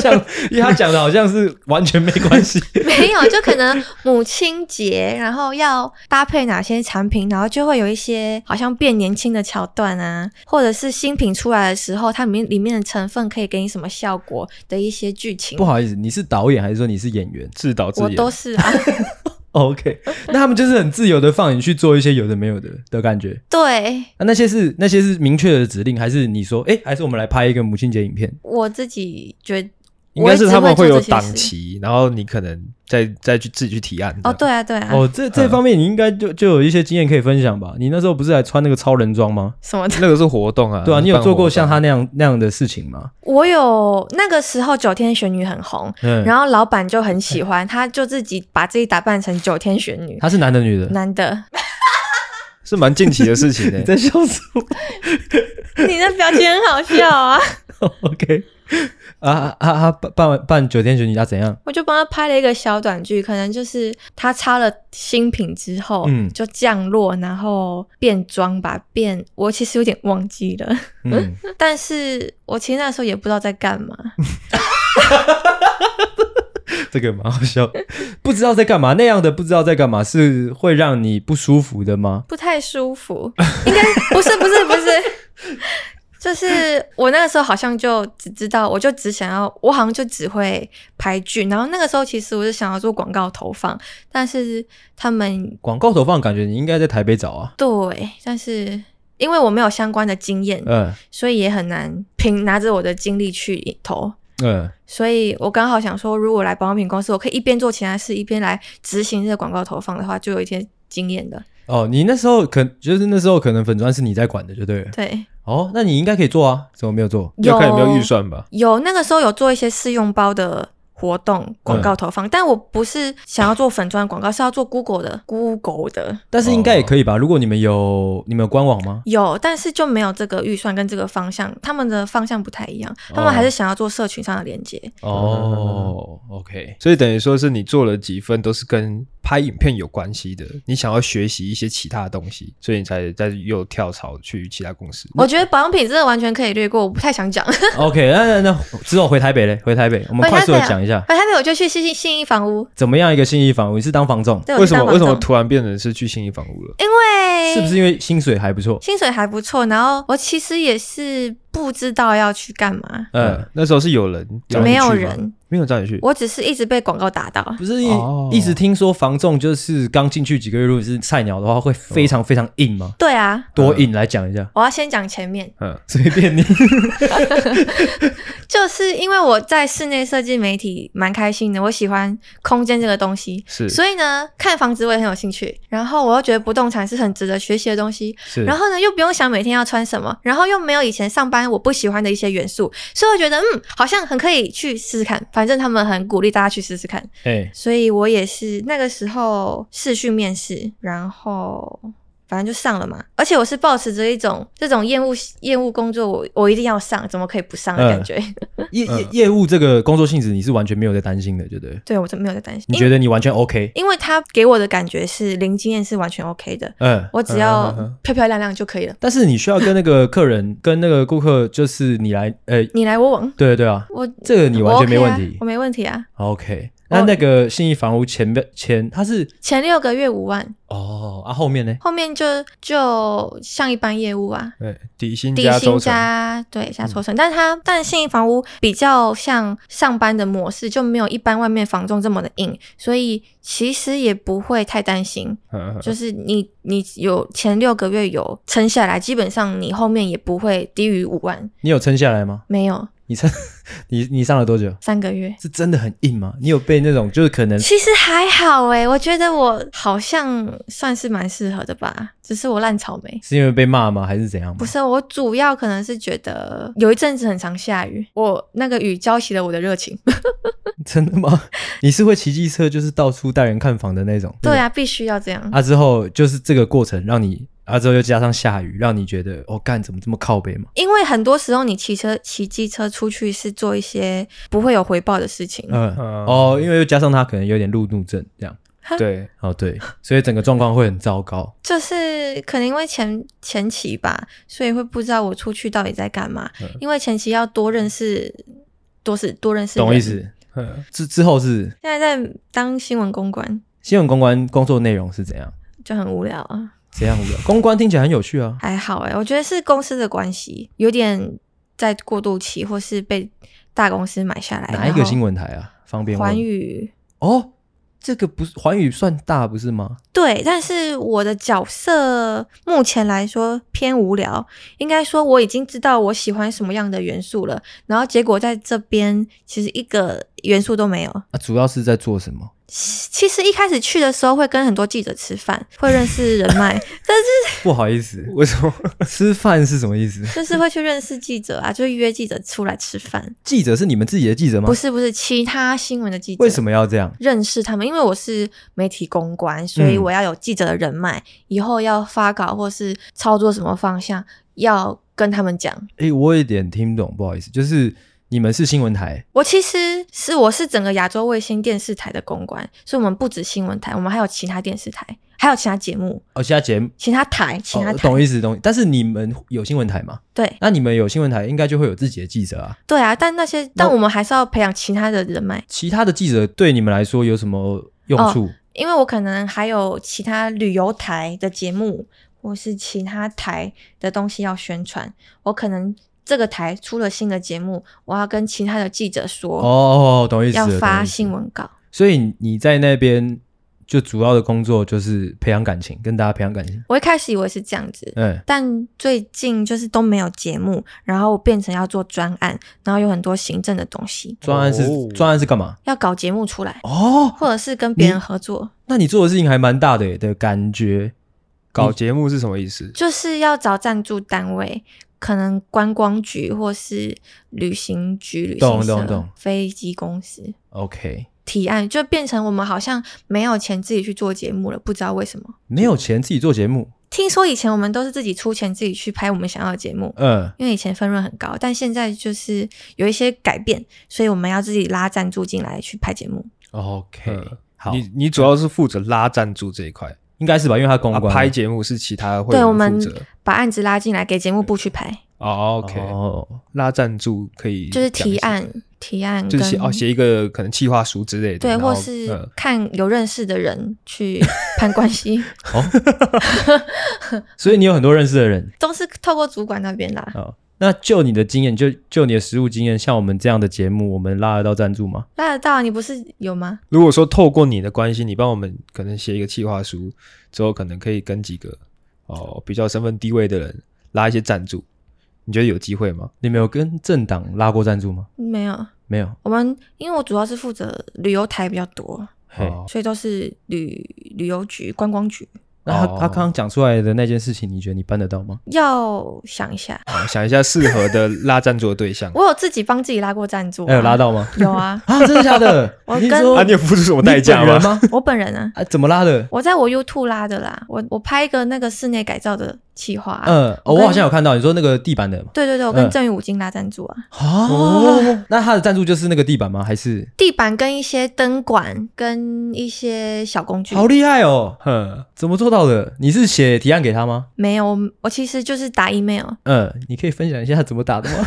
[SPEAKER 2] 像因为他讲的好像是完全没
[SPEAKER 1] <laughs>
[SPEAKER 2] 关系。
[SPEAKER 1] 没有，就可能母亲节，然后要搭配哪些产品，然后就会有一些好像变年轻的桥段啊，或者是新品出来的时候，它里面里面的成分可以给你什么效果的一些剧情
[SPEAKER 2] <laughs> 不，好意思，你是导演还是说你是演员
[SPEAKER 3] 自导自
[SPEAKER 1] 我
[SPEAKER 3] 演，
[SPEAKER 1] 都是啊，
[SPEAKER 2] <laughs> ？OK，那他们就是很自由的放你去做一些有的没有的的感觉。
[SPEAKER 1] 对
[SPEAKER 2] 那、那些是那些是明确的指令，还是你说，哎、还是我们来拍一个母亲节影片？
[SPEAKER 1] 啊我自己觉得
[SPEAKER 3] <laughs> 应该是他们
[SPEAKER 1] 我
[SPEAKER 3] 会
[SPEAKER 1] 也只
[SPEAKER 3] 有
[SPEAKER 1] 会做
[SPEAKER 3] 档
[SPEAKER 1] 这些事
[SPEAKER 3] 期，然后你可能再再去自己去提案。
[SPEAKER 1] 哦，对啊对啊，
[SPEAKER 2] 哦，这这方面你应该就就有一些经验可以分享吧？你那时候不是还穿那个超人装吗？
[SPEAKER 1] 什么的，
[SPEAKER 3] 那个是活动啊，
[SPEAKER 2] 对啊，你有
[SPEAKER 3] 办
[SPEAKER 2] 做
[SPEAKER 3] 活
[SPEAKER 2] 过
[SPEAKER 3] 动
[SPEAKER 2] 像他那样那样的事情吗？
[SPEAKER 1] 我有那个时候九天玄女很红。
[SPEAKER 2] 嗯，
[SPEAKER 1] 然后老板就很喜欢，他就自己把自己打扮成九天玄女，
[SPEAKER 2] 他是男的女的？
[SPEAKER 1] 男的， <laughs>
[SPEAKER 3] 是蛮近期的事情
[SPEAKER 2] <laughs>
[SPEAKER 3] 欸呢、
[SPEAKER 2] 你在笑什么
[SPEAKER 1] 你的表情很好笑啊！ <laughs>
[SPEAKER 2] ？OK，啊啊啊啊！办办完办九天玄女他啊怎样？
[SPEAKER 1] 我就帮他拍了一个小短剧，可能就是他擦了新品之后，
[SPEAKER 2] 嗯
[SPEAKER 1] 就降落，然后变装吧，变我其实有点忘记了， <laughs>
[SPEAKER 2] 嗯，
[SPEAKER 1] 但是我其实那时候也不知道在干嘛，
[SPEAKER 2] 这个蛮好笑，不知道在干嘛那样的，不知道在干嘛是会让你不舒服的吗？
[SPEAKER 1] 不太舒服，应该不是不是不是。 <laughs> 就是我那个时候好像就只知道，我就只想要，我好像就只会拍剧。然后那个时候其实我是想要做广告投放，但是他们
[SPEAKER 2] 广告投放感觉你应该在台北找啊，
[SPEAKER 1] 对，但是因为我没有相关的经验，
[SPEAKER 2] 嗯
[SPEAKER 1] 所以也很难凭拿着我的经历去投。
[SPEAKER 2] 嗯，
[SPEAKER 1] 所以我刚好想说，如果来保养品公司，我可以一边做其他事，一边来执行这个广告投放的话，就有一些经验的。
[SPEAKER 2] 哦，你那时候可就是那时候可能粉砖是你在管的，就对了。
[SPEAKER 1] 对，
[SPEAKER 2] 哦，那你应该可以做啊，怎么没有做？
[SPEAKER 3] 要
[SPEAKER 1] 有
[SPEAKER 3] 看有没有预算吧。
[SPEAKER 1] 有那个时候有做一些试用包的活动广
[SPEAKER 3] 嗯
[SPEAKER 1] 告投放，但我不是想要做粉砖广告，是要做 Google 的 Google 的
[SPEAKER 2] 但是应该也可以吧？如果你们有你们有官网吗？
[SPEAKER 1] 有，但是就没有这个预算跟这个方向，他们的方向不太一样，他
[SPEAKER 2] 哦
[SPEAKER 1] 们还是想要做社群上的连接。
[SPEAKER 3] 嗯
[SPEAKER 2] 哦，OK，
[SPEAKER 3] 所以等于说是你做了几份都是跟拍影片有关系的，你想要学习一些其他的东西，所以你才再又跳槽去其他公司。
[SPEAKER 1] 我觉得保养品真的完全可以略过，我不太想
[SPEAKER 3] 嗯
[SPEAKER 1] 讲。
[SPEAKER 2] <laughs> OK，那那那之后回台北嘞，回台北，啊我们快速的讲一下
[SPEAKER 1] 回台北我就去信信义房屋，
[SPEAKER 2] 怎么样一个信义房屋，你是当房仲，
[SPEAKER 1] 对，我
[SPEAKER 3] 为
[SPEAKER 1] 去
[SPEAKER 3] 什
[SPEAKER 1] 当
[SPEAKER 3] 么为什
[SPEAKER 1] 房
[SPEAKER 3] 么
[SPEAKER 1] 仲
[SPEAKER 3] 突然变成是去信义房屋了？
[SPEAKER 1] 因为
[SPEAKER 2] 是不是因为薪水还不错？
[SPEAKER 1] 薪水还不错？然后我其实也是不知道要去干嘛，
[SPEAKER 2] 嗯，
[SPEAKER 3] 嗯，那时候是有人找你
[SPEAKER 1] 没有
[SPEAKER 3] 去吗
[SPEAKER 1] 人，
[SPEAKER 3] 没有找你去，
[SPEAKER 1] 我只是一直被广告打到。
[SPEAKER 2] 不是一
[SPEAKER 3] 哦
[SPEAKER 2] 一直听说房仲就是刚进去几个月，如果是菜鸟的话，会非常非常硬吗？
[SPEAKER 1] 对啊，
[SPEAKER 2] 多硬来讲一下，
[SPEAKER 1] 我要先讲前面，
[SPEAKER 3] 嗯，
[SPEAKER 2] 随便
[SPEAKER 3] <laughs>
[SPEAKER 2] 你。
[SPEAKER 1] 就是因为我在室内设计媒体蛮开心的，我喜欢空间这个东西，
[SPEAKER 3] 是
[SPEAKER 1] 所以呢，看房子我也很有兴趣。然后我又觉得不动产是很值得学习的东西，
[SPEAKER 3] 是，
[SPEAKER 1] 然后呢又不用想每天要穿什么，然后又没有以前上班我不喜欢的一些元素，所以我觉得嗯，好像很可以去试试看。反正他们很鼓励大家去试试看，
[SPEAKER 2] 哎，
[SPEAKER 1] 所以我也是那个时候试训面试，然后反正就上了嘛。而且我是抱持着一种这种厌恶厌恶工作我，我一定要上，怎么可以不上的
[SPEAKER 2] 嗯
[SPEAKER 1] 感觉。
[SPEAKER 2] 业业业务这个工作性质，你是完全没有在担心的，对不对？
[SPEAKER 1] 对我真没有在担心，
[SPEAKER 2] 你
[SPEAKER 1] 因
[SPEAKER 2] 觉得你完全 OK？
[SPEAKER 1] 因为他给我的感觉是零经验是完全 OK 的，
[SPEAKER 2] 嗯，
[SPEAKER 1] 我只要
[SPEAKER 3] 嗯嗯嗯嗯
[SPEAKER 1] 漂漂亮亮就可以了，
[SPEAKER 2] 但是你需要跟那个客人、跟那个顾客，就是你来，呃，
[SPEAKER 1] 你来我往，
[SPEAKER 2] 对对啊，
[SPEAKER 1] 我
[SPEAKER 2] 这个你完全没问
[SPEAKER 1] 我 OK 啊
[SPEAKER 2] 题
[SPEAKER 1] 我。没问题啊。
[SPEAKER 2] OK，那那个信义房屋前边前它是
[SPEAKER 1] 前六个月五万，
[SPEAKER 2] 哦啊，后面呢？
[SPEAKER 1] 后面就就像一般业务啊，
[SPEAKER 3] 对，哎底薪
[SPEAKER 1] 底
[SPEAKER 3] 加
[SPEAKER 1] 薪
[SPEAKER 3] 抽成，
[SPEAKER 1] 加对
[SPEAKER 2] 嗯
[SPEAKER 1] 加抽成，但它但信义房屋比较像上班的模式，就没有一般外面房仲这么的硬，所以其实也不会太担心。
[SPEAKER 3] 嗯嗯嗯
[SPEAKER 1] 就是你你有前六个月有撑下来，基本上你后面也不会低于五万，
[SPEAKER 2] 你有撑下来吗？
[SPEAKER 1] 没有
[SPEAKER 2] 你撑 <laughs> 你你上了多久？
[SPEAKER 1] 三个月。
[SPEAKER 2] 是真的很硬吗？你有被那种就是可能
[SPEAKER 1] 其实还好诶、我觉得我好像算是蛮适合的吧，只是我烂草莓。
[SPEAKER 2] 是因为被骂吗？还是怎样吗？
[SPEAKER 1] 不是，哦我主要可能是觉得有一阵子很常下雨，我那个雨浇熄了我的热
[SPEAKER 2] <laughs>
[SPEAKER 1] 情。
[SPEAKER 2] 真的吗？你是会骑机车，就是到处带人看房的那种？
[SPEAKER 1] 对啊，必须要这样。
[SPEAKER 2] 啊，之后就是这个过程让你啊，之后又加上下雨，让你觉得哦，干怎么这么靠北嘛？
[SPEAKER 1] 因为很多时候你骑车、骑机车出去是做一些不会有回报的事情，
[SPEAKER 2] 嗯，
[SPEAKER 3] 嗯
[SPEAKER 2] 哦，因为又加上他可能有点路怒症这样，
[SPEAKER 3] 对，
[SPEAKER 2] 哦对，所以整个状况会很
[SPEAKER 1] <laughs>
[SPEAKER 2] 糟糕。
[SPEAKER 1] 就是可能因为前前期吧，所以会不知道我出去到底在干嘛。
[SPEAKER 2] 嗯
[SPEAKER 1] 因为前期要多认识、多是多认识，
[SPEAKER 2] 懂意。思？
[SPEAKER 3] 嗯
[SPEAKER 2] 之之后是
[SPEAKER 1] 现在在当新闻公关
[SPEAKER 2] 新闻公关工作内容是怎样？
[SPEAKER 1] 就很无聊啊，
[SPEAKER 2] 怎样无聊？公关听起来很有趣啊。
[SPEAKER 1] 还好哎、我觉得是公司的关系，有点在过渡期，或是被大公司买下来。
[SPEAKER 2] 哪一个新
[SPEAKER 1] 闻？
[SPEAKER 2] 闻台啊？方便问
[SPEAKER 1] 环宇
[SPEAKER 2] 哦，这个不是环宇算大不是吗？
[SPEAKER 1] 对，但是我的角色目前来说偏无聊，应该说我已经知道我喜欢什么样的元素了，然后结果在这边其实一个元素都没有。
[SPEAKER 2] 啊，主要是在做什么？
[SPEAKER 1] 其实一开始去的时候会跟很多记者吃饭，会认识人脉， <laughs>
[SPEAKER 2] 不好意思，
[SPEAKER 3] 为什么？
[SPEAKER 2] 吃饭是什么意思？
[SPEAKER 1] 就是会去认识记者啊，就约记者出来吃饭。
[SPEAKER 2] 记者是你们自己的记者吗
[SPEAKER 1] 不？是不是，其他新闻的记者
[SPEAKER 2] 为什么要这样？
[SPEAKER 1] 认识他们，因为我是媒体公关，所以
[SPEAKER 2] 嗯
[SPEAKER 1] 我要有记者的人脉，以后要发稿或是操作什么方向，要跟他们讲。
[SPEAKER 2] 诶、我有点听不懂，不好意思，就是你们是新闻台，
[SPEAKER 1] 我其实是我是整个亚洲卫星电视台的公关，所以我们不止新闻台，我们还有其他电视台，还有其他节目、
[SPEAKER 2] 哦，其他节目，
[SPEAKER 1] 其他台、其他
[SPEAKER 2] 哦，
[SPEAKER 1] 台。
[SPEAKER 2] 懂意思，懂意思。但是你们有新闻台嘛？
[SPEAKER 1] 对
[SPEAKER 2] 那你们有新闻台，应该就会有自己的记者啊。
[SPEAKER 1] 对啊，但那些但我们还是要培养其他的人脉，
[SPEAKER 2] 其他的记者对你们来说有什么用处？
[SPEAKER 1] 因为我可能还有其他旅游台的节目，或是其他台的东西要宣传。我可能这个台出了新的节目，我要跟其他的记者说，
[SPEAKER 2] 哦，懂意思
[SPEAKER 1] 要
[SPEAKER 2] 了，
[SPEAKER 1] 发
[SPEAKER 2] 懂意思
[SPEAKER 1] 新。闻稿。
[SPEAKER 2] 所以你在那边就主要的工作就是培养感情，跟大家培养感情。
[SPEAKER 1] 我一开始以为是这样子，
[SPEAKER 2] 嗯，
[SPEAKER 1] 但最近就是都没有节目，然后变成要做专案，然后有很多行政的东西，
[SPEAKER 2] 专案是
[SPEAKER 3] 哦
[SPEAKER 2] 专案是干嘛？
[SPEAKER 1] 要搞节目出来，
[SPEAKER 2] 哦，嗯
[SPEAKER 1] 或者是跟别人合作，
[SPEAKER 2] 那你做的事情还蛮大的耶的感觉。
[SPEAKER 3] 搞节目是什么意思？
[SPEAKER 1] 就是要找赞助单位，可能观光局或是旅行局、旅行
[SPEAKER 2] 懂
[SPEAKER 1] 社
[SPEAKER 2] 懂懂、
[SPEAKER 1] 飞机公司
[SPEAKER 2] OK，
[SPEAKER 1] 提案，就变成我们好像没有钱自己去做节目了，不知道为什么。
[SPEAKER 2] 没有钱自己做节目，
[SPEAKER 1] 听说以前我们都是自己出钱自己去拍我们想要的节目，
[SPEAKER 2] 嗯，
[SPEAKER 1] 因为以前分润很高，但现在就是有一些改变，所以我们要自己拉赞助进来去拍节目。
[SPEAKER 2] OK，、
[SPEAKER 3] 嗯
[SPEAKER 2] 好，
[SPEAKER 3] 你你主要是负责拉赞助这一块，
[SPEAKER 2] 应该是吧，因为他公
[SPEAKER 3] 啊，
[SPEAKER 2] 关、
[SPEAKER 3] 拍节目是其他会
[SPEAKER 1] 对我
[SPEAKER 3] 有
[SPEAKER 1] 们
[SPEAKER 3] 人负责。
[SPEAKER 1] 把案子拉进来给节目部去拍，
[SPEAKER 3] 哦，OK，
[SPEAKER 2] 哦，
[SPEAKER 3] 拉赞助可以
[SPEAKER 1] 就是
[SPEAKER 3] 讲一
[SPEAKER 1] 提
[SPEAKER 3] 下，
[SPEAKER 1] 案、提案
[SPEAKER 3] 就
[SPEAKER 1] 跟
[SPEAKER 3] 是写哦写一个可能企划书之类的，
[SPEAKER 1] 对，
[SPEAKER 3] 然
[SPEAKER 1] 或
[SPEAKER 3] 后
[SPEAKER 1] 是
[SPEAKER 2] 嗯
[SPEAKER 3] 呃
[SPEAKER 1] 看有认识的人去攀关
[SPEAKER 3] <laughs>
[SPEAKER 1] 系，
[SPEAKER 2] 所以你有很多认识的人
[SPEAKER 1] 都是透过主管那边啦。
[SPEAKER 2] 哦。那就你的经验，就就你的实务经验，像我们这样的节目，我们拉得到赞助吗？
[SPEAKER 1] 拉得到你不是有吗？
[SPEAKER 3] 如果说透过你的关系，你帮我们可能写一个企划书之后，可能可以跟几个哦比较身份低位的人拉一些赞助，你觉得有机会吗？
[SPEAKER 2] 你们有跟政党拉过赞助吗？
[SPEAKER 1] 没有，
[SPEAKER 2] 没有。
[SPEAKER 1] 我们因为我主要是负责旅游台比较多，
[SPEAKER 2] 嘿，
[SPEAKER 3] 哦
[SPEAKER 1] 所以都是旅旅游局、观光局。
[SPEAKER 2] 那他、
[SPEAKER 3] 哦
[SPEAKER 2] 他刚刚讲出来的那件事情，你觉得你办得到吗？
[SPEAKER 1] 要想一下，
[SPEAKER 3] 好想一下适合的拉赞助的
[SPEAKER 2] <laughs>
[SPEAKER 3] 对象
[SPEAKER 1] 我有自己帮自己拉过赞助、啊，
[SPEAKER 3] 哎
[SPEAKER 2] 还有拉到吗？，
[SPEAKER 1] 有啊
[SPEAKER 2] 啊，真的假 <laughs> 的？
[SPEAKER 1] 我
[SPEAKER 2] 你
[SPEAKER 1] 跟
[SPEAKER 2] 说
[SPEAKER 3] 啊，你有付出什么代价
[SPEAKER 2] 你本人
[SPEAKER 3] 吗？
[SPEAKER 2] 吗？
[SPEAKER 1] 我本
[SPEAKER 3] <laughs>
[SPEAKER 1] 人啊，
[SPEAKER 2] <laughs> 啊，怎么拉的？
[SPEAKER 1] 我在我 YouTube 拉的啦，我我拍一个那个室内改造的企划、啊，
[SPEAKER 2] 嗯、哦
[SPEAKER 1] 我
[SPEAKER 2] 我
[SPEAKER 1] 跟
[SPEAKER 2] 好像有看到你说那个地板的嘛
[SPEAKER 1] 对对对，我跟
[SPEAKER 2] 嗯
[SPEAKER 1] 郑宇武金拉赞助啊，
[SPEAKER 2] 哦，那他的赞助就是那个地板吗？还是
[SPEAKER 1] 地板跟一些灯管跟一些小工具，
[SPEAKER 2] 好厉害哦？
[SPEAKER 3] 哼，
[SPEAKER 2] 怎么做到的？你是写提案给他吗？
[SPEAKER 1] 没有，我我其实就是打 email，
[SPEAKER 2] 嗯，你可以分享一下怎么打 <laughs> 的吗？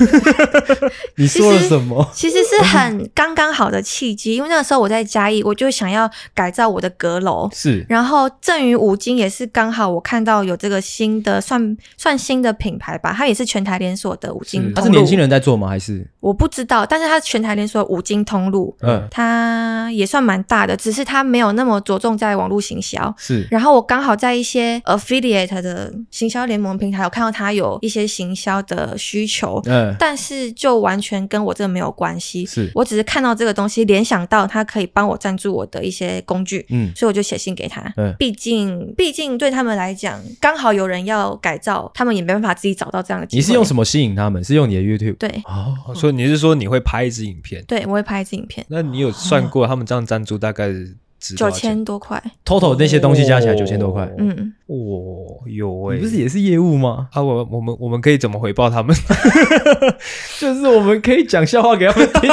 [SPEAKER 2] 你说了什么？
[SPEAKER 1] 其实是很刚刚好的契机，因为那个时候我在嘉义，我就想要改造我的阁楼。
[SPEAKER 2] 是
[SPEAKER 1] 然后正宇五金也是刚好我看到有这个新的算算新的品牌吧，它也是全台连锁的五金
[SPEAKER 3] 是
[SPEAKER 2] 他
[SPEAKER 1] 通
[SPEAKER 2] 是
[SPEAKER 1] 路。
[SPEAKER 2] 年轻人在做吗？还是
[SPEAKER 1] 我不知道，但是它全台连锁五金通路，
[SPEAKER 2] 嗯
[SPEAKER 1] 它也算蛮大的，只是它没有那么着重在网络行销。
[SPEAKER 2] 是
[SPEAKER 1] 然后我刚好在一些 affiliate 的行销联盟平台，有看到它有一些行销的需求，
[SPEAKER 2] 嗯
[SPEAKER 1] 但是就完全跟我这个没有关系。
[SPEAKER 2] 是
[SPEAKER 1] 我只是看到这个东西，联想到它可以帮我赞助我的一些工具，
[SPEAKER 2] 嗯
[SPEAKER 1] 所以我就写信给他。
[SPEAKER 2] 嗯
[SPEAKER 1] 毕竟，毕竟对他们来讲，刚好有人要改造，他们也没办法自己找到这样的机会。
[SPEAKER 2] 你是用什
[SPEAKER 1] 么？
[SPEAKER 2] 么吸引他们？是用你的 YouTube
[SPEAKER 1] 对，
[SPEAKER 2] 哦
[SPEAKER 3] 哦所以你是说你会拍一支影片？
[SPEAKER 1] 对我会拍一支影片，
[SPEAKER 3] 那你有算过他们这样赞助大概值
[SPEAKER 1] 九
[SPEAKER 3] 多少钱？
[SPEAKER 1] 千多块。
[SPEAKER 2] ，total 那些东西加起来九千多块，
[SPEAKER 1] 嗯，
[SPEAKER 3] 哦，有诶、
[SPEAKER 2] 你不是也是业务吗？
[SPEAKER 3] 啊？我我们我们可以怎么回报他们？
[SPEAKER 2] 就是我们可以讲笑话给他们听，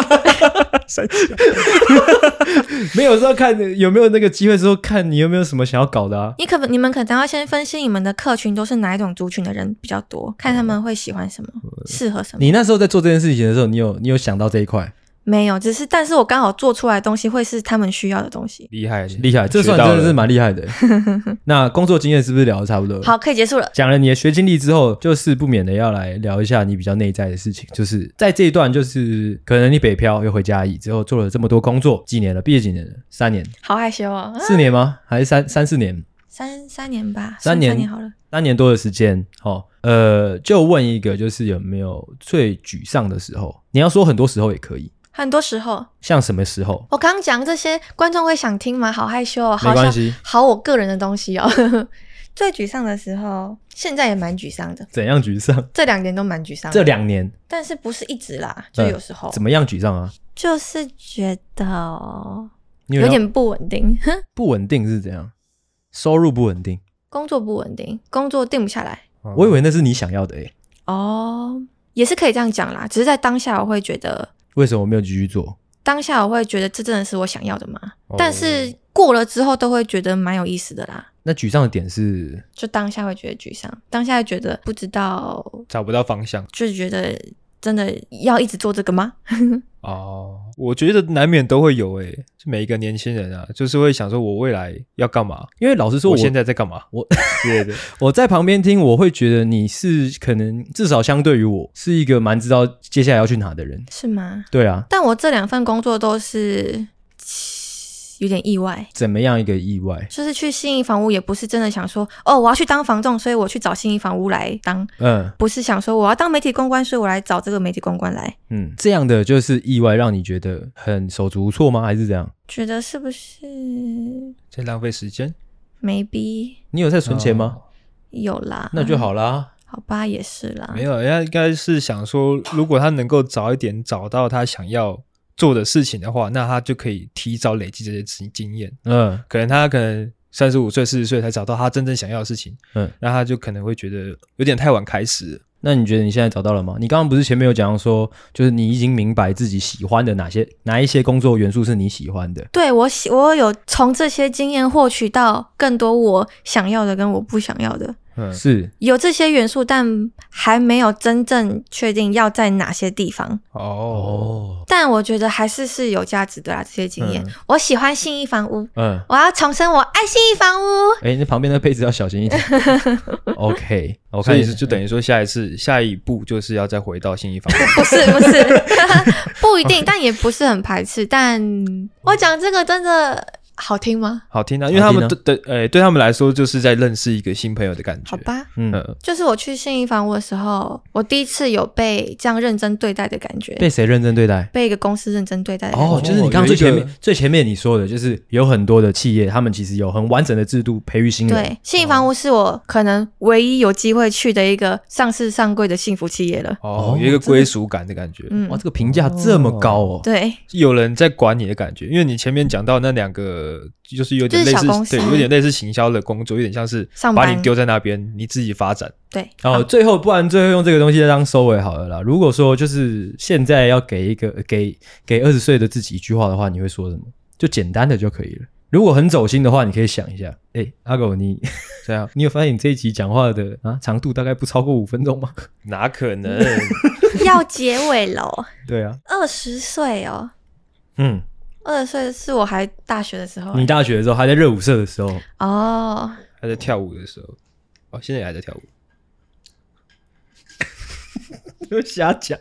[SPEAKER 2] 没有说看有没有那个机会，说看你有没有什么想要搞的啊。
[SPEAKER 1] 你可不，你们可能要先分析你们的客群都是哪一种族群的人比较多，看他们会喜欢什么，适合什么。
[SPEAKER 2] 哦呃你那时候在做这件事情的时候，你有你有想到这一块，
[SPEAKER 1] 没有，只是但是我刚好做出来的东西会是他们需要的东西。
[SPEAKER 3] 厉害
[SPEAKER 2] 厉害，这
[SPEAKER 3] <laughs> 学
[SPEAKER 2] 算
[SPEAKER 3] 到
[SPEAKER 2] 真的
[SPEAKER 3] 了
[SPEAKER 2] 是蛮厉害的。那工作经验是不是聊的差不多？
[SPEAKER 1] 好，，可以结束了。
[SPEAKER 2] 讲了你的学经历之后，就是不免的要来聊一下你比较内在的事情，就是在这一段，就是可能你北漂又回嘉义之后，做了这么多工作，几年了？毕业几年了？三年、
[SPEAKER 1] 好害羞哦，啊
[SPEAKER 2] 四年吗？还是三三四年？
[SPEAKER 1] 三三年吧，
[SPEAKER 2] 三
[SPEAKER 1] 三
[SPEAKER 2] 年
[SPEAKER 1] 三年好了。
[SPEAKER 2] 三年多的时间，哦，呃，就问一个，就是有没有最沮丧的时候？你要说很多时候也可以，
[SPEAKER 1] 很多时候，
[SPEAKER 2] 像什么时候？
[SPEAKER 1] 我刚讲这些，观众会想听吗？好害羞哦，
[SPEAKER 2] 没
[SPEAKER 1] 好
[SPEAKER 2] 关
[SPEAKER 1] 想
[SPEAKER 2] 系，
[SPEAKER 1] 好我个人的东西哦。 <laughs> 最沮丧的时候，现在也蛮沮丧的，
[SPEAKER 2] 怎样
[SPEAKER 1] <laughs>
[SPEAKER 2] 沮丧？
[SPEAKER 1] 这两年都蛮沮丧的。
[SPEAKER 2] 这，两年
[SPEAKER 1] 但是不是一直啦，就有时候、
[SPEAKER 2] 怎么样沮丧啊？
[SPEAKER 1] 就是觉得
[SPEAKER 2] 你
[SPEAKER 1] 有
[SPEAKER 2] 要
[SPEAKER 1] 点不稳定，
[SPEAKER 2] 不稳定是怎样？收入不稳定，
[SPEAKER 1] 工作不稳定，工作定不下来。
[SPEAKER 3] 害
[SPEAKER 2] 我以为那是你想要的欸诶、
[SPEAKER 1] 哦，也是可以这样讲啦，只是在当下我会觉得，
[SPEAKER 2] 为什么没有继续做？
[SPEAKER 1] 当下我会觉得这真的是我想要的吗？
[SPEAKER 3] 哦
[SPEAKER 1] 但是过了之后都会觉得蛮有意思的啦。
[SPEAKER 2] 那沮丧的点是
[SPEAKER 1] 就当下会觉得沮丧，当下会觉得不知道，
[SPEAKER 3] 找不到方向
[SPEAKER 1] 就是觉得真的要一直做这个吗？
[SPEAKER 3] 哦。我觉得难免都会有诶、就每一个年轻人啊，就是会想说我未来要干嘛，
[SPEAKER 2] 因为老实说
[SPEAKER 3] 我
[SPEAKER 2] 我，
[SPEAKER 3] 现在在干嘛，
[SPEAKER 2] 我
[SPEAKER 3] 之类的。
[SPEAKER 2] 我在旁边听，我会觉得你是可能至少相对于我是一个蛮知道接下来要去哪的人。
[SPEAKER 1] 是吗？
[SPEAKER 2] 对啊，
[SPEAKER 1] 但我这两份工作都是有点意外。
[SPEAKER 2] 怎么样一个意外？
[SPEAKER 1] 就是去信义房屋，也不是真的想说，哦，我要去当房仲，所以我去找信义房屋来当，
[SPEAKER 2] 嗯
[SPEAKER 1] 不是想说我要当媒体公关，所以我来找这个媒体公关来。
[SPEAKER 2] 嗯，这样的就是意外，让你觉得很手足无措吗？还是怎样？
[SPEAKER 1] 觉得是不是
[SPEAKER 3] <laughs> 在浪费时间。
[SPEAKER 1] maybe
[SPEAKER 2] 你有在存钱吗？
[SPEAKER 3] 呃
[SPEAKER 1] 有啦？
[SPEAKER 2] 那就好啦。
[SPEAKER 1] 好吧，也是啦。
[SPEAKER 3] 没有，人家应该是想说，如果他能够早一点找到他想要做的事情的话，那他就可以提早累积这些经经验。
[SPEAKER 2] 嗯
[SPEAKER 3] 可能他可能三十五岁、四十岁才找到他真正想要的事情，
[SPEAKER 2] 嗯，
[SPEAKER 3] 那他就可能会觉得有点太晚开始了。
[SPEAKER 2] 那你觉得你现在找到了吗？你刚刚不是前面有讲到说，就是你已经明白自己喜欢的哪些哪一些工作元素是你喜欢的，
[SPEAKER 1] 对我喜，我有从这些经验获取到更多我想要的跟我不想要的，
[SPEAKER 3] 嗯
[SPEAKER 2] 是
[SPEAKER 1] 有这些元素，但还没有真正确定要在哪些地方。
[SPEAKER 3] 哦，，
[SPEAKER 1] 但我觉得还是是有价值的啦，这些经验。
[SPEAKER 2] 嗯
[SPEAKER 1] 我喜欢信义房屋，
[SPEAKER 2] 嗯，
[SPEAKER 1] 我要重申我爱信义房屋。
[SPEAKER 2] 哎、那旁边的配置要小心一点。OK，我
[SPEAKER 3] <laughs> 所
[SPEAKER 2] 看
[SPEAKER 3] 以
[SPEAKER 2] 一下
[SPEAKER 3] 就等于说下一次下一步就是要再回到新一房。
[SPEAKER 1] 不是不 <laughs> 是，不一定，但也不是很排斥。但哦我讲这个真的好听吗？
[SPEAKER 3] <laughs> 好听啊，因为他们
[SPEAKER 2] 好
[SPEAKER 3] 对对，呃、对他们来说就是在认识一个新朋友的感觉。
[SPEAKER 1] 好，吧，
[SPEAKER 2] 嗯，
[SPEAKER 3] 嗯，
[SPEAKER 1] 就是我去信义房屋的时候，我第一次有被这样认真对待的感觉，
[SPEAKER 2] 被谁认真对待？
[SPEAKER 1] 被一个公司认真对待的感觉。
[SPEAKER 2] 哦，就是你刚刚
[SPEAKER 3] 有
[SPEAKER 2] 最
[SPEAKER 3] 一
[SPEAKER 2] 前
[SPEAKER 3] 个
[SPEAKER 2] 面最前面你说的，就是有很多的企业，他们其实有很完整的制度培育新人。
[SPEAKER 1] 对，信义房屋是我可能唯一有机会去的一个上市上柜的幸福企业了。
[SPEAKER 3] 哦
[SPEAKER 2] 哦，
[SPEAKER 3] 有一个归属感的感觉。
[SPEAKER 1] 嗯
[SPEAKER 2] 哇，，这个评价这么高哦。
[SPEAKER 1] 对，
[SPEAKER 3] 有人在管你的感觉，因为你前面讲到那两个，就是有点
[SPEAKER 1] 就
[SPEAKER 3] 类
[SPEAKER 1] 是小
[SPEAKER 3] 似
[SPEAKER 1] 公，司
[SPEAKER 3] 对，有点类似行销的工作，有点像是
[SPEAKER 1] 上
[SPEAKER 3] 把
[SPEAKER 1] 班
[SPEAKER 3] 你丢在那边，你自己发展。
[SPEAKER 1] 对，
[SPEAKER 2] 哦，最后不然最后用这个东西当收尾好了啦。如果说就是现在要给一个给给二十岁的自己一句话的话，你会说什么？就简单的就可以了。如果很走心的话，你可以想一下，哎、阿狗 <laughs> 你
[SPEAKER 3] 这样
[SPEAKER 2] 你有发现你这一集讲话的啊长度大概不超过五分钟吗？
[SPEAKER 3] 哪可
[SPEAKER 1] <laughs>
[SPEAKER 3] 能？
[SPEAKER 1] <laughs> 要结尾喽，
[SPEAKER 2] <laughs> 对啊，
[SPEAKER 1] 二十岁哦，
[SPEAKER 2] 嗯，
[SPEAKER 1] 二十岁是我还大学的时候
[SPEAKER 2] 你大学的时候还在热舞社的时候，
[SPEAKER 1] 哦，
[SPEAKER 3] 他在跳舞的时候，哦，现在也还在跳舞。
[SPEAKER 2] 就 <laughs> 瞎 <laughs> 讲。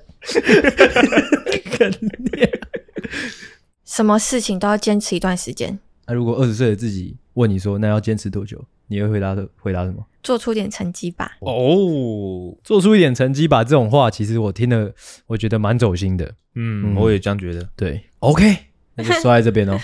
[SPEAKER 1] 什么事情都要坚持一段时间，
[SPEAKER 2] 那、啊如果二十岁的自己问你说，那要坚持多久？你会回答的回答什么？
[SPEAKER 1] 做出点成绩吧。
[SPEAKER 3] 哦，
[SPEAKER 2] 做出一点成绩吧。这种话其实我听了，我觉得蛮走心的。
[SPEAKER 3] 嗯，
[SPEAKER 2] 嗯
[SPEAKER 3] 我也这样觉得。
[SPEAKER 2] 对，OK，那就说在
[SPEAKER 1] <laughs>
[SPEAKER 2] 这边哦。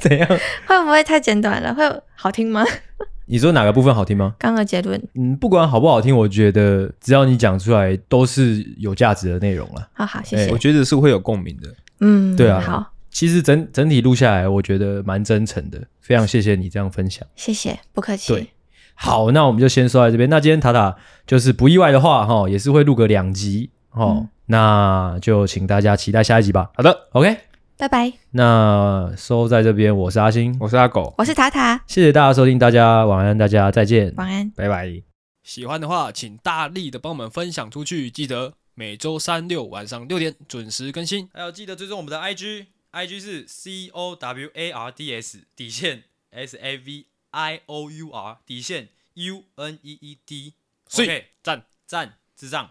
[SPEAKER 2] 怎样？
[SPEAKER 1] 会不会太简短了？会好听吗？ <laughs>
[SPEAKER 2] 你说哪个部分好听吗？
[SPEAKER 1] 刚的结论，
[SPEAKER 2] 嗯，不管好不好听，我觉得只要你讲出来，都是有价值的内容啦。
[SPEAKER 1] 好好，谢
[SPEAKER 2] 哎
[SPEAKER 1] 谢。
[SPEAKER 3] 我觉得是会有共鸣的。
[SPEAKER 1] 嗯，
[SPEAKER 2] 对啊
[SPEAKER 1] 好，
[SPEAKER 2] 其实整整体录下来，我觉得蛮真诚的，非常谢谢你这样分享。
[SPEAKER 1] 谢谢，不客气。
[SPEAKER 2] 对，好，那我们就先说在这边。那今天塔塔就是不意外的话，哈，也是会录个两集哦。
[SPEAKER 1] 嗯
[SPEAKER 2] 那就请大家期待下一集吧。好的，OK，
[SPEAKER 1] 拜拜，
[SPEAKER 2] 那收在这边，我是阿星，
[SPEAKER 3] 我是阿狗，
[SPEAKER 1] 我是塔塔，
[SPEAKER 2] 谢谢大家收听，大家晚安，大家再见。
[SPEAKER 1] 晚安。
[SPEAKER 3] 拜拜。
[SPEAKER 4] 喜欢的话，请大力的帮我们分享出去。记得每周三六晚上六点准时更新。
[SPEAKER 5] 还有记得追踪我们的 IG，IG 是 C O W A R D S 底线 S A V I O U R 底线 U N E E D。
[SPEAKER 4] 所以
[SPEAKER 5] OK，赞赞智障。